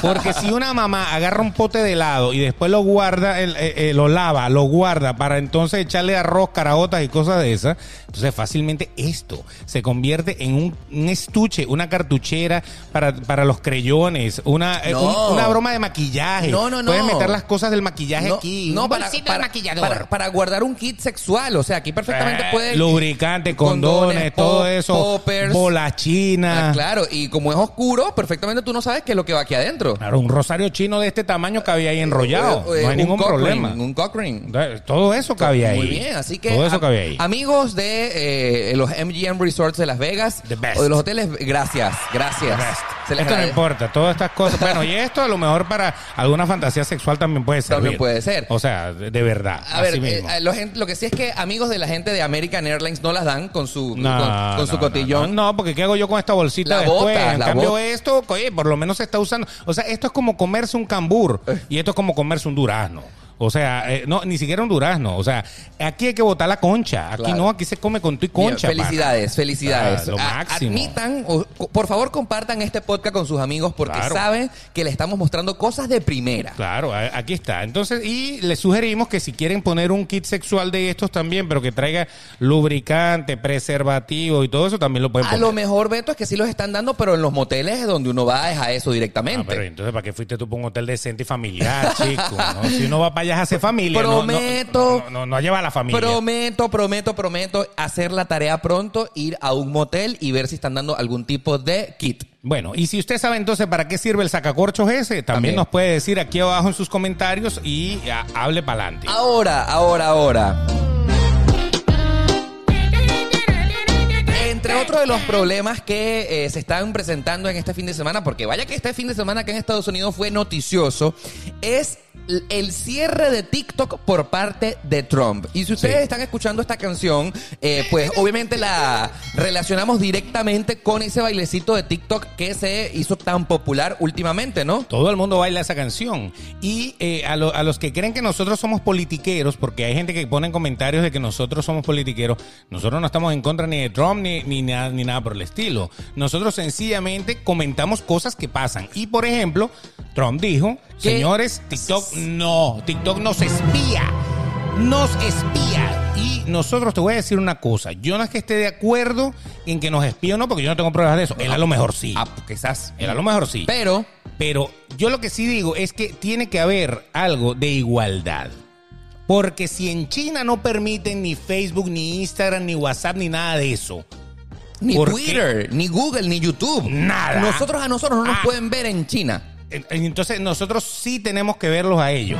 Speaker 2: Porque si una mamá agarra un pote de helado y después lo guarda, el- eh, eh, lo lava, lo guarda para entonces echarle arroz, caraotas y cosas de esas, entonces fácilmente esto se convierte en un, un estuche, una cartuchera para, para los creyones, una, eh,
Speaker 1: No.
Speaker 2: un- una broma de maquillaje.
Speaker 1: No, no, no.
Speaker 2: Puedes meter las cosas del maquillaje
Speaker 1: No,
Speaker 2: aquí.
Speaker 1: no,
Speaker 2: un
Speaker 1: para,
Speaker 2: bolsito de
Speaker 1: para,
Speaker 2: maquillador.
Speaker 1: para- para guardar un kit sexual. O sea, aquí perfectamente
Speaker 2: Eh,
Speaker 1: puedes.
Speaker 2: Lubricante, condones,
Speaker 1: condones,
Speaker 2: todo
Speaker 1: pop-
Speaker 2: eso.
Speaker 1: poppers.
Speaker 2: Bola china.
Speaker 1: Ah, claro, y como es oscuro, perfectamente tú no sabes qué es lo que va aquí adentro.
Speaker 2: Claro, un rosario chino de este tamaño cabía ahí enrollado.
Speaker 1: Eh, eh,
Speaker 2: no hay
Speaker 1: un
Speaker 2: ningún
Speaker 1: cock
Speaker 2: problema.
Speaker 1: ring, Un cock ring.
Speaker 2: Todo eso cabía ahí.
Speaker 1: Muy bien, así que
Speaker 2: Todo eso
Speaker 1: am-
Speaker 2: cabía ahí.
Speaker 1: amigos de eh, los MGM Resorts de Las Vegas
Speaker 2: The best.
Speaker 1: o de los hoteles, gracias, gracias. Se les
Speaker 2: Esto no
Speaker 1: agrade-
Speaker 2: importa, todas estas cosas. Bueno, y esto a lo mejor para alguna fantasía sexual también puede ser.
Speaker 1: También puede ser.
Speaker 2: O sea, de de verdad.
Speaker 1: A
Speaker 2: así
Speaker 1: ver, eh,
Speaker 2: mismo.
Speaker 1: a lo, gen- lo que sí es que amigos de la gente de American Airlines no las dan con su
Speaker 2: No,
Speaker 1: con, con su
Speaker 2: no,
Speaker 1: cotillón.
Speaker 2: No, no, no, porque ¿qué hago yo con esta bolsita
Speaker 1: La
Speaker 2: después?
Speaker 1: botas,
Speaker 2: en
Speaker 1: la
Speaker 2: cambio,
Speaker 1: botas.
Speaker 2: esto, oye, por lo menos se está usando. O sea, esto es como comerse un cambur
Speaker 1: Eh.
Speaker 2: y esto es como comerse un durazno. O sea, eh, no, ni siquiera un durazno. O sea, aquí hay que botar la concha. Aquí
Speaker 1: Claro.
Speaker 2: no, aquí se come con tu y
Speaker 1: Mira,
Speaker 2: concha. pana.
Speaker 1: felicidades, felicidades.
Speaker 2: Ah, lo
Speaker 1: A-
Speaker 2: máximo.
Speaker 1: Admitan, o, co- por favor, compartan este podcast con sus amigos porque
Speaker 2: Claro.
Speaker 1: saben que le estamos mostrando cosas de primera.
Speaker 2: Claro, a- aquí está. Entonces, y les sugerimos que si quieren poner un kit sexual de estos también, pero que traiga lubricante, preservativo y todo eso, también lo pueden
Speaker 1: A
Speaker 2: poner.
Speaker 1: Ah, lo mejor, Beto, es que sí los están dando, pero en los moteles es donde uno va es a eso
Speaker 2: Ah,
Speaker 1: directamente.
Speaker 2: pero entonces, ¿para qué fuiste tú para un hotel decente y familiar, chico? ¿no? Si uno va para allá, hace familia. no- no-
Speaker 1: Prometo.
Speaker 2: No, no, no lleva a la familia.
Speaker 1: Prometo, prometo, prometo hacer la tarea pronto, ir a un motel y ver si están dando algún tipo de kit.
Speaker 2: Bueno, y si usted sabe entonces para qué sirve el sacacorchos ese, también,
Speaker 1: También.
Speaker 2: nos puede decir aquí abajo en sus comentarios y ah, hable para adelante.
Speaker 1: Ahora, ahora, ahora. Entre otros de los problemas que eh, se están presentando en este fin de semana, porque vaya que este fin de semana acá en Estados Unidos fue noticioso, es l- el cierre de TikTok por parte de Trump. Y si ustedes
Speaker 2: Sí.
Speaker 1: están escuchando esta canción, eh, pues obviamente la relacionamos directamente con ese bailecito de TikTok que se hizo tan popular últimamente, ¿no?
Speaker 2: Todo el mundo baila esa canción. Y eh, a, lo- a los que creen que nosotros somos politiqueros, porque hay gente que pone en comentarios de que nosotros somos politiqueros, nosotros no estamos en contra ni de Trump ni, ni, nada, ni nada por el estilo. Nosotros sencillamente comentamos cosas que pasan. Y por ejemplo, Trump dijo,
Speaker 1: ¿Qué?
Speaker 2: señores, TikTok no, TikTok nos espía, nos espía. Y nosotros te voy a decir una cosa, yo no es que esté de acuerdo en que nos espía o no, porque yo no tengo pruebas de eso. Él a lo mejor sí.
Speaker 1: Ah, quizás.
Speaker 2: Él a lo mejor sí.
Speaker 1: Pero
Speaker 2: Pero yo lo que sí digo es que tiene que haber algo de igualdad. Porque si en China no permiten ni Facebook, ni Instagram, ni WhatsApp, ni nada de eso.
Speaker 1: ni
Speaker 2: ¿Por
Speaker 1: Twitter, ni Google, ni YouTube.
Speaker 2: Nada.
Speaker 1: Nosotros a nosotros no nos
Speaker 2: Ah.
Speaker 1: pueden ver en China.
Speaker 2: en- Entonces nosotros sí tenemos que verlos a ellos.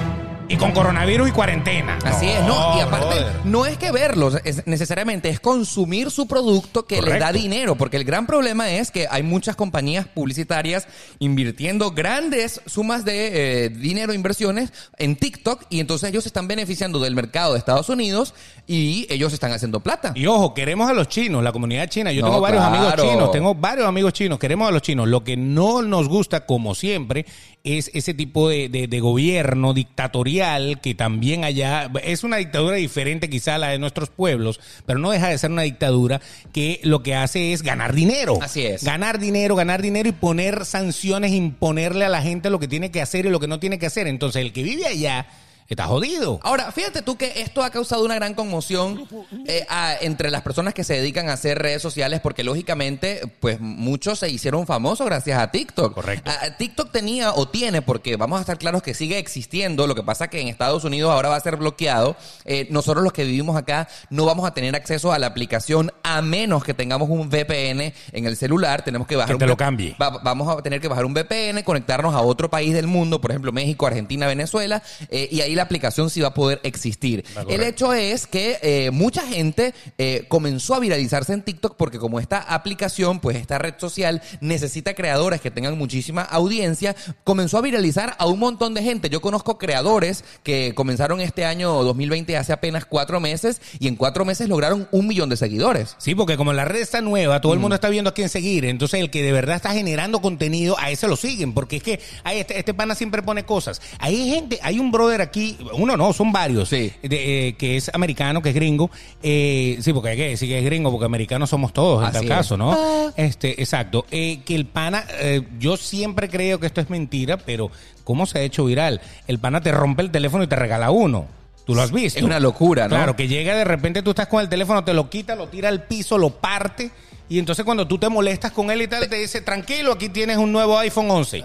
Speaker 2: Y con coronavirus y cuarentena.
Speaker 1: Así es, ¿no? Y aparte,
Speaker 2: brother.
Speaker 1: no es que verlos es- necesariamente, es consumir su producto que les da
Speaker 2: Correcto.
Speaker 1: dinero, porque el gran problema es que hay muchas compañías publicitarias invirtiendo grandes sumas de eh, dinero, inversiones en TikTok, y entonces ellos se están beneficiando del mercado de Estados Unidos y ellos están haciendo plata.
Speaker 2: Y ojo, queremos a los chinos, la comunidad china. Yo
Speaker 1: No,
Speaker 2: tengo varios
Speaker 1: claro.
Speaker 2: amigos chinos, tengo varios amigos chinos, queremos a los chinos. Lo que no nos gusta, como siempre, es ese tipo de, de- de gobierno dictatorial que también allá es una dictadura diferente quizá a la de nuestros pueblos, pero no deja de ser una dictadura que lo que hace es ganar dinero.
Speaker 1: Así es.
Speaker 2: Ganar dinero, ganar dinero y poner sanciones, imponerle a la gente lo que tiene que hacer y lo que no tiene que hacer. Entonces el que vive allá está jodido.
Speaker 1: Ahora, fíjate tú que esto ha causado una gran conmoción eh, a- entre las personas que se dedican a hacer redes sociales porque lógicamente, pues muchos se hicieron famosos gracias a TikTok.
Speaker 2: Correcto.
Speaker 1: Ah, TikTok tenía o tiene, porque vamos a estar claros que sigue existiendo, lo que pasa que en Estados Unidos ahora va a ser bloqueado. Eh, nosotros los que vivimos acá no vamos a tener acceso a la aplicación a menos que tengamos un VPN en el celular. Tenemos que bajar
Speaker 2: Que
Speaker 1: un
Speaker 2: te lo
Speaker 1: V-
Speaker 2: cambie.
Speaker 1: Va- vamos a tener que bajar un VPN, conectarnos a otro país del mundo, por ejemplo México, Argentina, Venezuela, eh, y ahí la aplicación sí va a poder existir. El hecho es que eh, mucha gente eh, comenzó a viralizarse en TikTok porque como esta aplicación, pues esta red social necesita creadores que tengan muchísima audiencia, comenzó a viralizar a un montón de gente. Yo conozco creadores que comenzaron este año 2020 hace apenas cuatro meses y en cuatro meses lograron un millón de seguidores.
Speaker 2: Sí, porque como la red está nueva, todo el
Speaker 1: Mm.
Speaker 2: mundo está viendo a quién seguir. Entonces, el que de verdad está generando contenido, a ese lo siguen. Porque es que ay, este, este pana siempre pone cosas. Hay gente, hay un brother aquí, uno no, son varios,
Speaker 1: Sí.
Speaker 2: de, eh, que es americano, que es gringo. Eh, sí, porque hay que decir que es gringo, porque americanos somos todos en
Speaker 1: Así
Speaker 2: tal
Speaker 1: es.
Speaker 2: caso, ¿no? Este, exacto. Eh, que el pana, eh, yo siempre creo que esto es mentira, pero ¿cómo se ha hecho viral? El pana te rompe el teléfono y te regala uno. Tú lo has visto.
Speaker 1: Es una locura, ¿no?
Speaker 2: Claro, que llega de repente, tú estás con el teléfono, te lo quita, lo tira al piso, lo parte. Y entonces cuando tú te molestas con él y tal, te dice, tranquilo, aquí tienes un nuevo iPhone
Speaker 1: Eh,
Speaker 2: 11.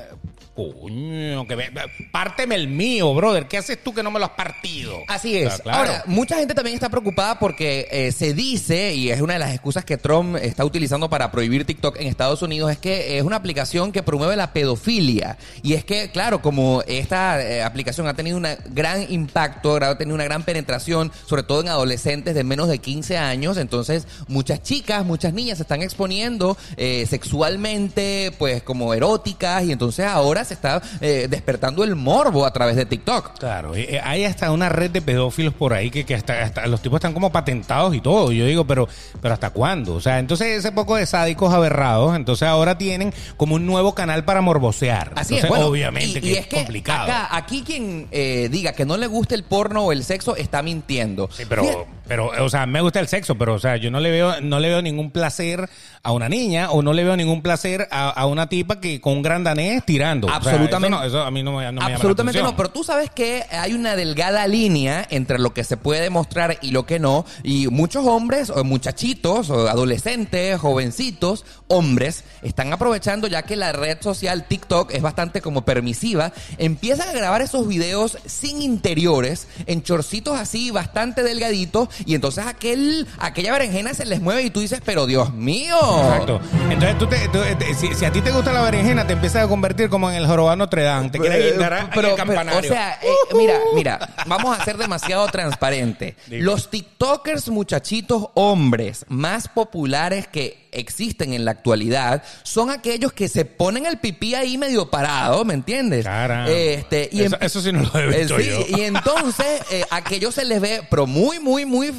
Speaker 2: Coño, que ve- párteme el mío, brother. ¿Qué haces tú que no me lo has partido?
Speaker 1: Así es.
Speaker 2: Ah, claro.
Speaker 1: Ahora, mucha gente también está preocupada porque eh, se dice, y es una de las excusas que Trump está utilizando para prohibir TikTok en Estados Unidos, es que es una aplicación que promueve la pedofilia. Y es que, claro, como esta eh, aplicación ha tenido un gran impacto, ha tenido una gran penetración, sobre todo en adolescentes de menos de 15 años, entonces muchas chicas, muchas niñas se están exponiendo eh, sexualmente, pues como eróticas, y entonces ahora se está eh, despertando el morbo a través de TikTok.
Speaker 2: Claro, eh, eh, hay hasta una red de pedófilos por ahí que, que hasta, hasta los tipos están como patentados y todo. Yo digo, pero, pero ¿hasta cuándo? O sea, entonces ese poco de sádicos aberrados, entonces ahora tienen como un nuevo canal para morbosear.
Speaker 1: Así es,
Speaker 2: Entonces,
Speaker 1: bueno,
Speaker 2: obviamente
Speaker 1: y-
Speaker 2: que
Speaker 1: y
Speaker 2: es, complicado.
Speaker 1: acá- aquí quien eh, diga que no le gusta el porno o el sexo está mintiendo.
Speaker 2: Sí, pero, pero, o sea, me gusta el sexo, pero, o sea, yo no le veo, no le veo ningún placer a una niña o no le veo ningún placer a, a una tipa que con un gran danés tirando. O sea,
Speaker 1: Absolutamente.
Speaker 2: eso no- eso a mí no, me- no me llama la
Speaker 1: Absolutamente
Speaker 2: atención.
Speaker 1: no, pero tú sabes que hay una delgada línea entre lo que se puede mostrar y lo que no, y muchos hombres, o muchachitos, o adolescentes, jovencitos, hombres, están aprovechando ya que la red social TikTok es bastante como permisiva, empiezan a grabar esos videos sin interiores, en chorcitos así, bastante delgaditos, y entonces aquel, aquella berenjena se les mueve y tú dices, pero Dios mío.
Speaker 2: Exacto. Entonces, tú te- tú- te- si, si a ti te gusta la berenjena, te empiezas a convertir como en el jorobado Notre Dame. Te quieres
Speaker 1: Eh,
Speaker 2: guindar a-
Speaker 1: pero- pero,
Speaker 2: al campanario.
Speaker 1: o sea, eh, mira, mira, vamos a ser demasiado transparente. Los TikTokers muchachitos hombres más populares que existen en la actualidad son aquellos que se ponen el pipí ahí medio parado, ¿me entiendes?
Speaker 2: Caramba.
Speaker 1: Este, y
Speaker 2: Eso-
Speaker 1: empi-
Speaker 2: eso sí no lo he visto
Speaker 1: Eh, sí,
Speaker 2: yo.
Speaker 1: Y entonces eh, aquellos se les ve, pero muy, muy, muy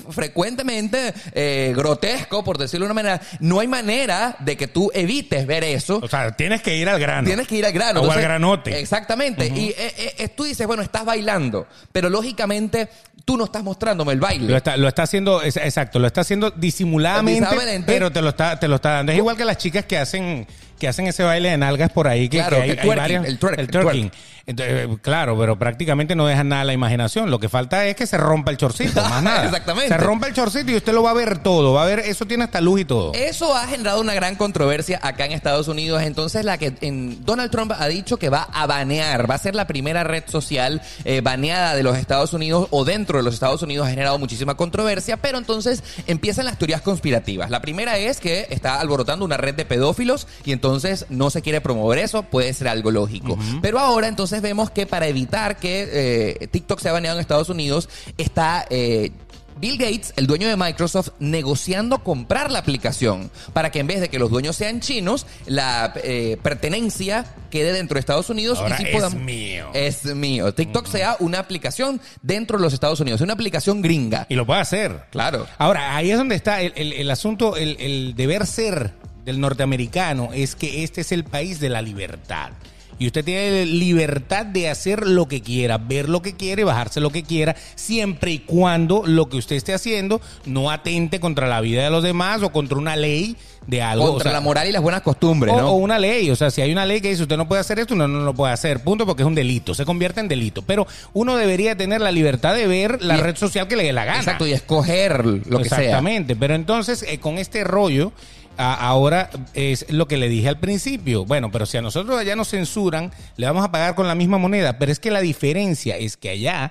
Speaker 1: frecuentemente eh, grotesco, por decirlo de una manera. No hay manera de que tú evites ver eso.
Speaker 2: O sea, tienes que ir al grano.
Speaker 1: Tienes que ir al grano.
Speaker 2: O
Speaker 1: Entonces,
Speaker 2: al granote.
Speaker 1: Exactamente. Y eh, eh, eh, tú dices, bueno, estás bailando, pero lógicamente tú no estás mostrándome el
Speaker 2: Lo
Speaker 1: baile.
Speaker 2: está, lo está haciendo, es- exacto, lo está haciendo disimuladamente,
Speaker 1: Disimuladamente.
Speaker 2: pero te lo está, te lo está dando. Es igual que las chicas que hacen, que hacen ese baile de nalgas por ahí, que,
Speaker 1: Claro,
Speaker 2: que hay,
Speaker 1: el
Speaker 2: hay
Speaker 1: twerking,
Speaker 2: varias-
Speaker 1: el twerk,
Speaker 2: el
Speaker 1: el twerk.
Speaker 2: twerking. Entonces, eh, claro, pero prácticamente no dejan nada a la imaginación. Lo que falta es que se rompa el chorcito, más nada.
Speaker 1: Exactamente.
Speaker 2: Se rompa el chorcito y usted lo va a ver todo, va a ver, eso tiene hasta luz y todo.
Speaker 1: Eso ha generado una gran controversia acá en Estados Unidos. Entonces, la que en- Donald Trump ha dicho que va a banear, va a ser la primera red social eh, baneada de los Estados Unidos o dentro de los Estados Unidos ha generado muchísima controversia. Pero entonces empiezan las teorías conspirativas. La primera es que está alborotando una red de pedófilos y entonces no se quiere promover eso. Puede ser algo lógico. Pero ahora entonces vemos que para evitar que eh, TikTok sea baneado en Estados Unidos está eh, Bill Gates, el dueño de Microsoft, negociando comprar la aplicación para que en vez de que los dueños sean chinos, la eh, pertenencia quede dentro de Estados Unidos
Speaker 2: Ahora
Speaker 1: sí
Speaker 2: es
Speaker 1: podamos-
Speaker 2: mío.
Speaker 1: Es mío. TikTok sea una aplicación dentro de los Estados Unidos, una aplicación gringa.
Speaker 2: Y lo puede hacer.
Speaker 1: Claro.
Speaker 2: Ahora, ahí es donde está el, el- el asunto, el, el deber ser del norteamericano es que este es el país de la libertad. Y usted tiene libertad de hacer lo que quiera, ver lo que quiera y bajarse lo que quiera, siempre y cuando lo que usted esté haciendo no atente contra la vida de los demás o contra una ley de algo.
Speaker 1: Contra
Speaker 2: o sea,
Speaker 1: la moral y las buenas costumbres,
Speaker 2: o,
Speaker 1: ¿no?
Speaker 2: o una ley, o sea, si hay una ley que dice usted no puede hacer esto, no, no lo puede hacer, punto, porque es un delito, se convierte en delito. Pero uno debería tener la libertad de ver la
Speaker 1: Y-
Speaker 2: red social que le dé la gana.
Speaker 1: Exacto, y escoger lo que sea.
Speaker 2: Exactamente, pero entonces eh, con este rollo, a- ahora es lo que le dije al principio. Bueno, pero si a nosotros allá nos censuran, le vamos a pagar con la misma moneda. Pero es que la diferencia es que allá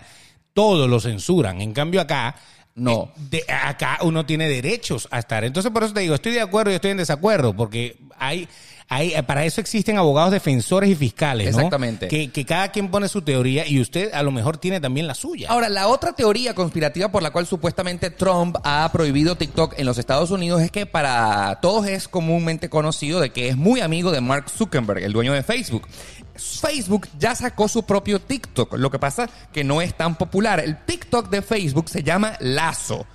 Speaker 2: todo lo censuran. En cambio, acá.
Speaker 1: No.
Speaker 2: eh, de- acá uno tiene derechos a estar. Entonces, por eso te digo, estoy de acuerdo y estoy en desacuerdo, porque hay. hay eh, para eso existen abogados defensores y fiscales, ¿no?
Speaker 1: Exactamente.
Speaker 2: Que, que cada quien pone su teoría y usted a lo mejor tiene también la suya.
Speaker 1: Ahora, la otra teoría conspirativa por la cual supuestamente Trump ha prohibido TikTok en los Estados Unidos es que para todos es comúnmente conocido de que es muy amigo de Mark Zuckerberg, el dueño de Facebook. Facebook ya sacó su propio TikTok, lo que pasa que no es tan popular. El TikTok de Facebook se llama Lazo.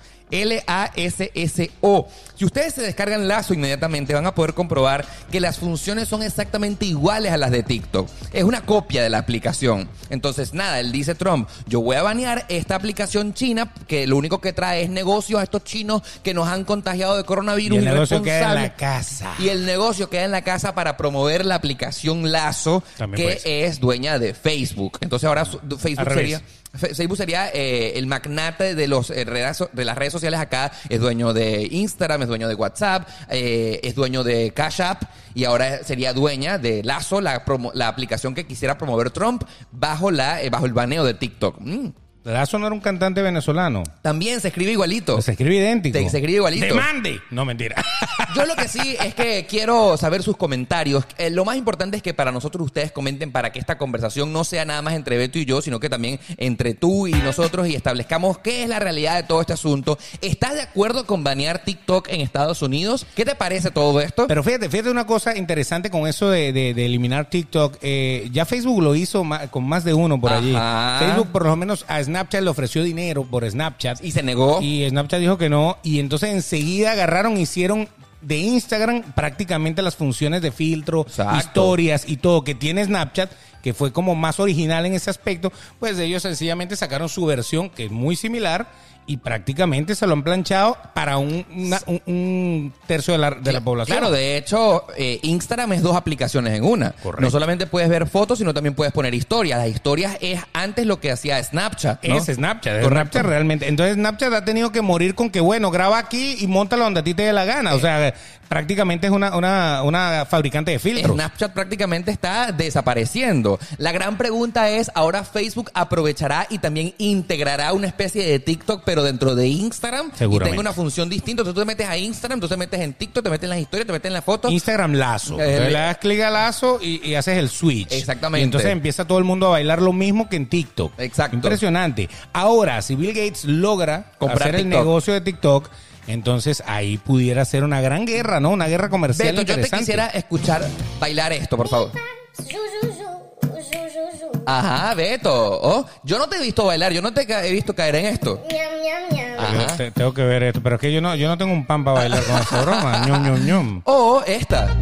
Speaker 1: L-A-S-S-O. Si ustedes se descargan Lazo inmediatamente van a poder comprobar que las funciones son exactamente iguales a las de TikTok. Es una copia de la aplicación. Entonces, nada, él dice Trump, yo voy a banear esta aplicación china que lo único que trae es negocios a estos chinos que nos han contagiado de coronavirus
Speaker 2: Y el negocio queda en la
Speaker 1: irresponsables".
Speaker 2: casa.
Speaker 1: Y el negocio queda en la casa para promover la aplicación Lazo
Speaker 2: También
Speaker 1: que
Speaker 2: puede ser.
Speaker 1: es dueña de Facebook. Entonces ahora su- Facebook
Speaker 2: Al revés.
Speaker 1: sería... Fe- Facebook sería eh, el magnate de, los, eh, redes so- de las redes sociales acá. Es dueño de Instagram, es dueño de WhatsApp, eh, es dueño de Cash App y ahora sería dueña de Lazo, la, promo- la aplicación que quisiera promover Trump bajo, la, eh, bajo el baneo de TikTok. Mm.
Speaker 2: Lazo no era un cantante venezolano. Pues
Speaker 1: También se escribe igualito.
Speaker 2: Se escribe idéntico.
Speaker 1: Se- se escribe igualito.
Speaker 2: ¡Demande! No, mentira.
Speaker 1: Yo lo que sí es que quiero saber sus comentarios. Eh, lo más importante es que para nosotros ustedes comenten para que esta conversación no sea nada más entre Beto y yo, sino que también entre tú y nosotros y establezcamos qué es la realidad de todo este asunto. ¿Estás de acuerdo con banear TikTok en Estados Unidos? ¿Qué te parece todo esto?
Speaker 2: Pero fíjate, fíjate una cosa interesante con eso de, de- de eliminar TikTok. Eh, ya Facebook lo hizo ma- con más de uno por allí.
Speaker 1: Ajá.
Speaker 2: Facebook por lo menos a Snapchat le ofreció dinero por Snapchat.
Speaker 1: y se negó.
Speaker 2: Y Snapchat dijo que no. Y entonces enseguida agarraron, hicieron de Instagram prácticamente las funciones de filtro,
Speaker 1: Exacto.
Speaker 2: historias y todo que tiene Snapchat, que fue como más original en ese aspecto. Pues ellos sencillamente sacaron su versión, que es muy similar. Y prácticamente se lo han planchado para un, una- un- un tercio de la, de la población.
Speaker 1: Claro, de hecho, eh, Instagram es dos aplicaciones en una.
Speaker 2: Correcto.
Speaker 1: No solamente puedes ver fotos, sino también puedes poner historias. Las historias es antes lo que hacía Snapchat. ¿no?
Speaker 2: Es Snapchat, es
Speaker 1: Correcto.
Speaker 2: Snapchat realmente. Entonces Snapchat ha tenido que morir con que, bueno, graba aquí y montalo donde a ti te dé la gana. O sea, prácticamente es una, una, una fabricante de filtros.
Speaker 1: Snapchat prácticamente está desapareciendo. La gran pregunta es, ¿ahora Facebook aprovechará y también integrará una especie de TikTok, pero dentro de Instagram? Y
Speaker 2: Seguramente.
Speaker 1: tenga una función distinta. Entonces tú te metes a Instagram, tú te metes en TikTok, te metes en las historias, te metes en las fotos.
Speaker 2: Instagram lazo.
Speaker 1: Eh,
Speaker 2: Entonces
Speaker 1: el-
Speaker 2: le das clic a lazo y, y haces el switch.
Speaker 1: Exactamente.
Speaker 2: Y entonces empieza todo el mundo a bailar lo mismo que en TikTok.
Speaker 1: Exacto.
Speaker 2: Impresionante. Ahora, si Bill Gates logra
Speaker 1: Comprar
Speaker 2: hacer el
Speaker 1: TikTok.
Speaker 2: negocio de TikTok, entonces ahí pudiera ser una gran guerra, ¿no? Una guerra comercial
Speaker 1: Beto, yo te
Speaker 2: interesante.
Speaker 1: quisiera escuchar bailar esto, por favor.
Speaker 3: Zu, zu, zu, zu, zu, zu.
Speaker 1: Ajá, Beto. Oh, yo no te he visto bailar, yo no te ca- he visto caer en esto.
Speaker 3: Miam, miam, miam.
Speaker 1: Ah. Ajá.
Speaker 2: Te- tengo que ver esto, pero es que yo no, yo no tengo un pan para bailar con esa broma. ñom, ñom, ñom.
Speaker 1: O Oh, esta.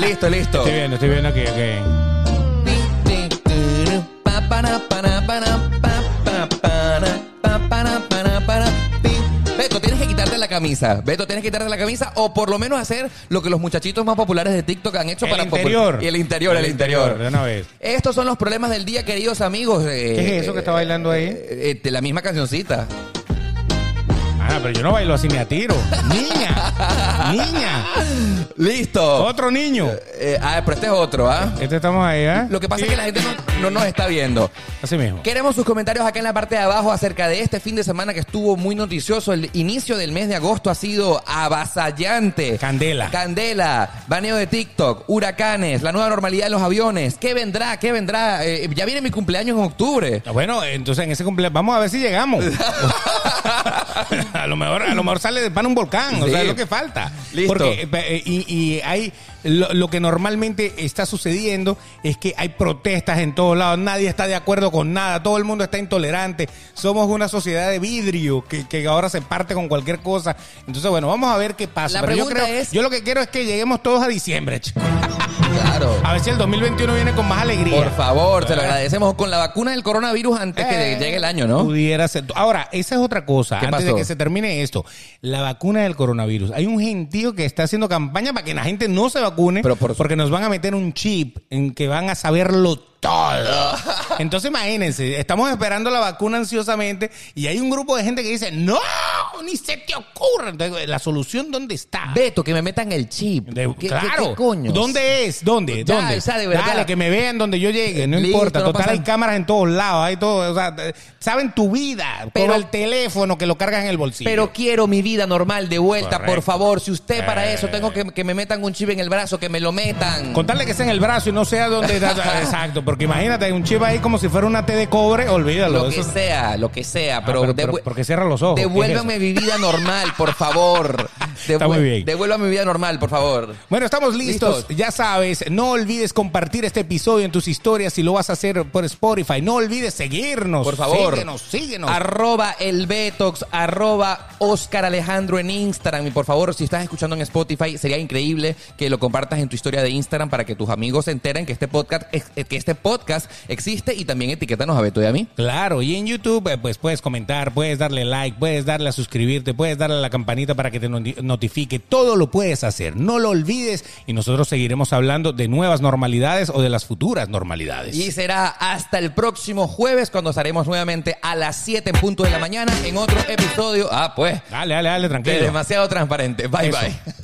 Speaker 1: Listo, listo.
Speaker 2: Estoy viendo, estoy viendo aquí, ok.
Speaker 1: Beto, tienes que quitarte la camisa. Beto, tienes que quitarte la camisa o por lo menos hacer lo que los muchachitos más populares de TikTok han hecho
Speaker 2: El
Speaker 1: para popul-
Speaker 2: interior.
Speaker 1: Y el interior, el,
Speaker 2: El
Speaker 1: interior.
Speaker 2: interior, de una vez.
Speaker 1: Estos son los problemas del día, queridos amigos. Eh,
Speaker 2: ¿Qué es eso que está bailando ahí?
Speaker 1: eh, este, la misma cancioncita.
Speaker 2: Ah, pero yo no bailo así ni a tiro. Niña, niña,
Speaker 1: Listo.
Speaker 2: otro niño.
Speaker 1: Eh, ah, pero este es otro, ¿ah?
Speaker 2: Este estamos ahí, ¿eh?
Speaker 1: Lo que pasa es que la gente no- no nos está viendo.
Speaker 2: Así mismo.
Speaker 1: Queremos sus comentarios acá en la parte de abajo acerca de este fin de semana que estuvo muy noticioso. El inicio del mes de agosto ha sido avasallante.
Speaker 2: Candela.
Speaker 1: Candela, baneo de TikTok, huracanes, la nueva normalidad de los aviones. ¿Qué vendrá? ¿Qué vendrá? Eh, ya viene mi cumpleaños en octubre.
Speaker 2: Ah, Bueno, entonces en ese cumpleaños vamos a ver si llegamos. a lo mejor, a lo mejor sale de pan un volcán, o
Speaker 1: Sí.
Speaker 2: sea, es lo que falta.
Speaker 1: Listo.
Speaker 2: Porque, eh, eh, y, y hay lo, lo que normalmente está sucediendo es que hay protestas en todos lados, nadie está de acuerdo con nada, todo el mundo está intolerante. Somos una sociedad de vidrio que, que ahora se parte con cualquier cosa. Entonces, bueno, vamos a ver qué pasa.
Speaker 1: La
Speaker 2: Pero yo
Speaker 1: pregunta
Speaker 2: creo-
Speaker 1: es-
Speaker 2: yo lo que quiero es que lleguemos todos a diciembre, chicos.
Speaker 1: Claro.
Speaker 2: A ver si el 2021 viene con más alegría.
Speaker 1: Por favor, te lo agradecemos con la vacuna del coronavirus antes que
Speaker 2: Eh,
Speaker 1: llegue el año, ¿no?
Speaker 2: Pudiera ser. Ahora, esa es otra cosa.
Speaker 1: ¿Qué
Speaker 2: Antes
Speaker 1: pasó?
Speaker 2: de que se termine esto, la vacuna del coronavirus. Hay un gentío que está haciendo campaña para que la gente no se vacune
Speaker 1: Pero por su-
Speaker 2: porque nos van a meter un chip en que van a saberlo todo. Entonces, imagínense, estamos esperando la vacuna ansiosamente y hay un grupo de gente que dice, no, ni se te ocurra. Entonces, la solución, ¿dónde está?
Speaker 1: Beto, que me metan el chip.
Speaker 2: De-
Speaker 1: ¿Qué- qué-
Speaker 2: claro.
Speaker 1: qué coños?
Speaker 2: ¿Dónde es? ¿Dónde?
Speaker 1: Ya,
Speaker 2: ¿Dónde?
Speaker 1: o sea, de verdad.
Speaker 2: Dale, que me vean donde yo llegue, no
Speaker 1: Listo,
Speaker 2: importa.
Speaker 1: no
Speaker 2: Total,
Speaker 1: pasa
Speaker 2: hay
Speaker 1: nada.
Speaker 2: cámaras en todos lados, hay todo. O sea, te- saben tu vida,
Speaker 1: Pero-
Speaker 2: pero el teléfono que lo cargas en el bolsillo.
Speaker 1: Pero quiero mi vida normal de vuelta, por
Speaker 2: Correcto.
Speaker 1: favor. Si usted para
Speaker 2: Eh.
Speaker 1: eso tengo que, que me metan un chip en el brazo, que me lo metan.
Speaker 2: Contarle que sea en el brazo y no sea donde. Exacto, porque imagínate, hay un chip ahí como si fuera una T de cobre, olvídalo.
Speaker 1: lo que
Speaker 2: eso-
Speaker 1: sea, lo que sea,
Speaker 2: Ah,
Speaker 1: pero,
Speaker 2: pero-
Speaker 1: devu-
Speaker 2: pero- porque cierra los ojos. ¿qué es eso?
Speaker 1: devuélvame mi vida normal, por favor.
Speaker 2: Está muy bien.
Speaker 1: Devuélvame mi vida normal, por favor.
Speaker 2: Bueno, estamos listos.
Speaker 1: Listos.
Speaker 2: Ya sabes, no olvides compartir este episodio en tus historias si lo vas a hacer por Spotify. No olvides seguirnos.
Speaker 1: Por favor.
Speaker 2: Síguenos, síguenos.
Speaker 1: Arroba el Betox, arroba Oscar Alejandro en Instagram. Y por favor, si estás escuchando en Spotify, sería increíble que lo compartas en tu historia de Instagram para que tus amigos se enteren que este podcast, es- que este podcast existe y también etiquétanos a Beto y a mí.
Speaker 2: Claro, y en YouTube, eh, pues puedes comentar, puedes darle like, puedes darle a suscribirte, puedes darle a la campanita para que te noti- notifique. Todo lo puedes hacer, no lo olvides. Y nosotros seguiremos hablando de nuevas normalidades o de las futuras normalidades.
Speaker 1: Y será hasta el próximo jueves cuando estaremos nuevamente a las 7 en punto de la mañana en otro episodio. Ah, pues,
Speaker 2: Dale, dale, dale,
Speaker 1: de
Speaker 2: tranquilo.
Speaker 1: demasiado transparente. Bye,
Speaker 2: Eso.
Speaker 1: bye.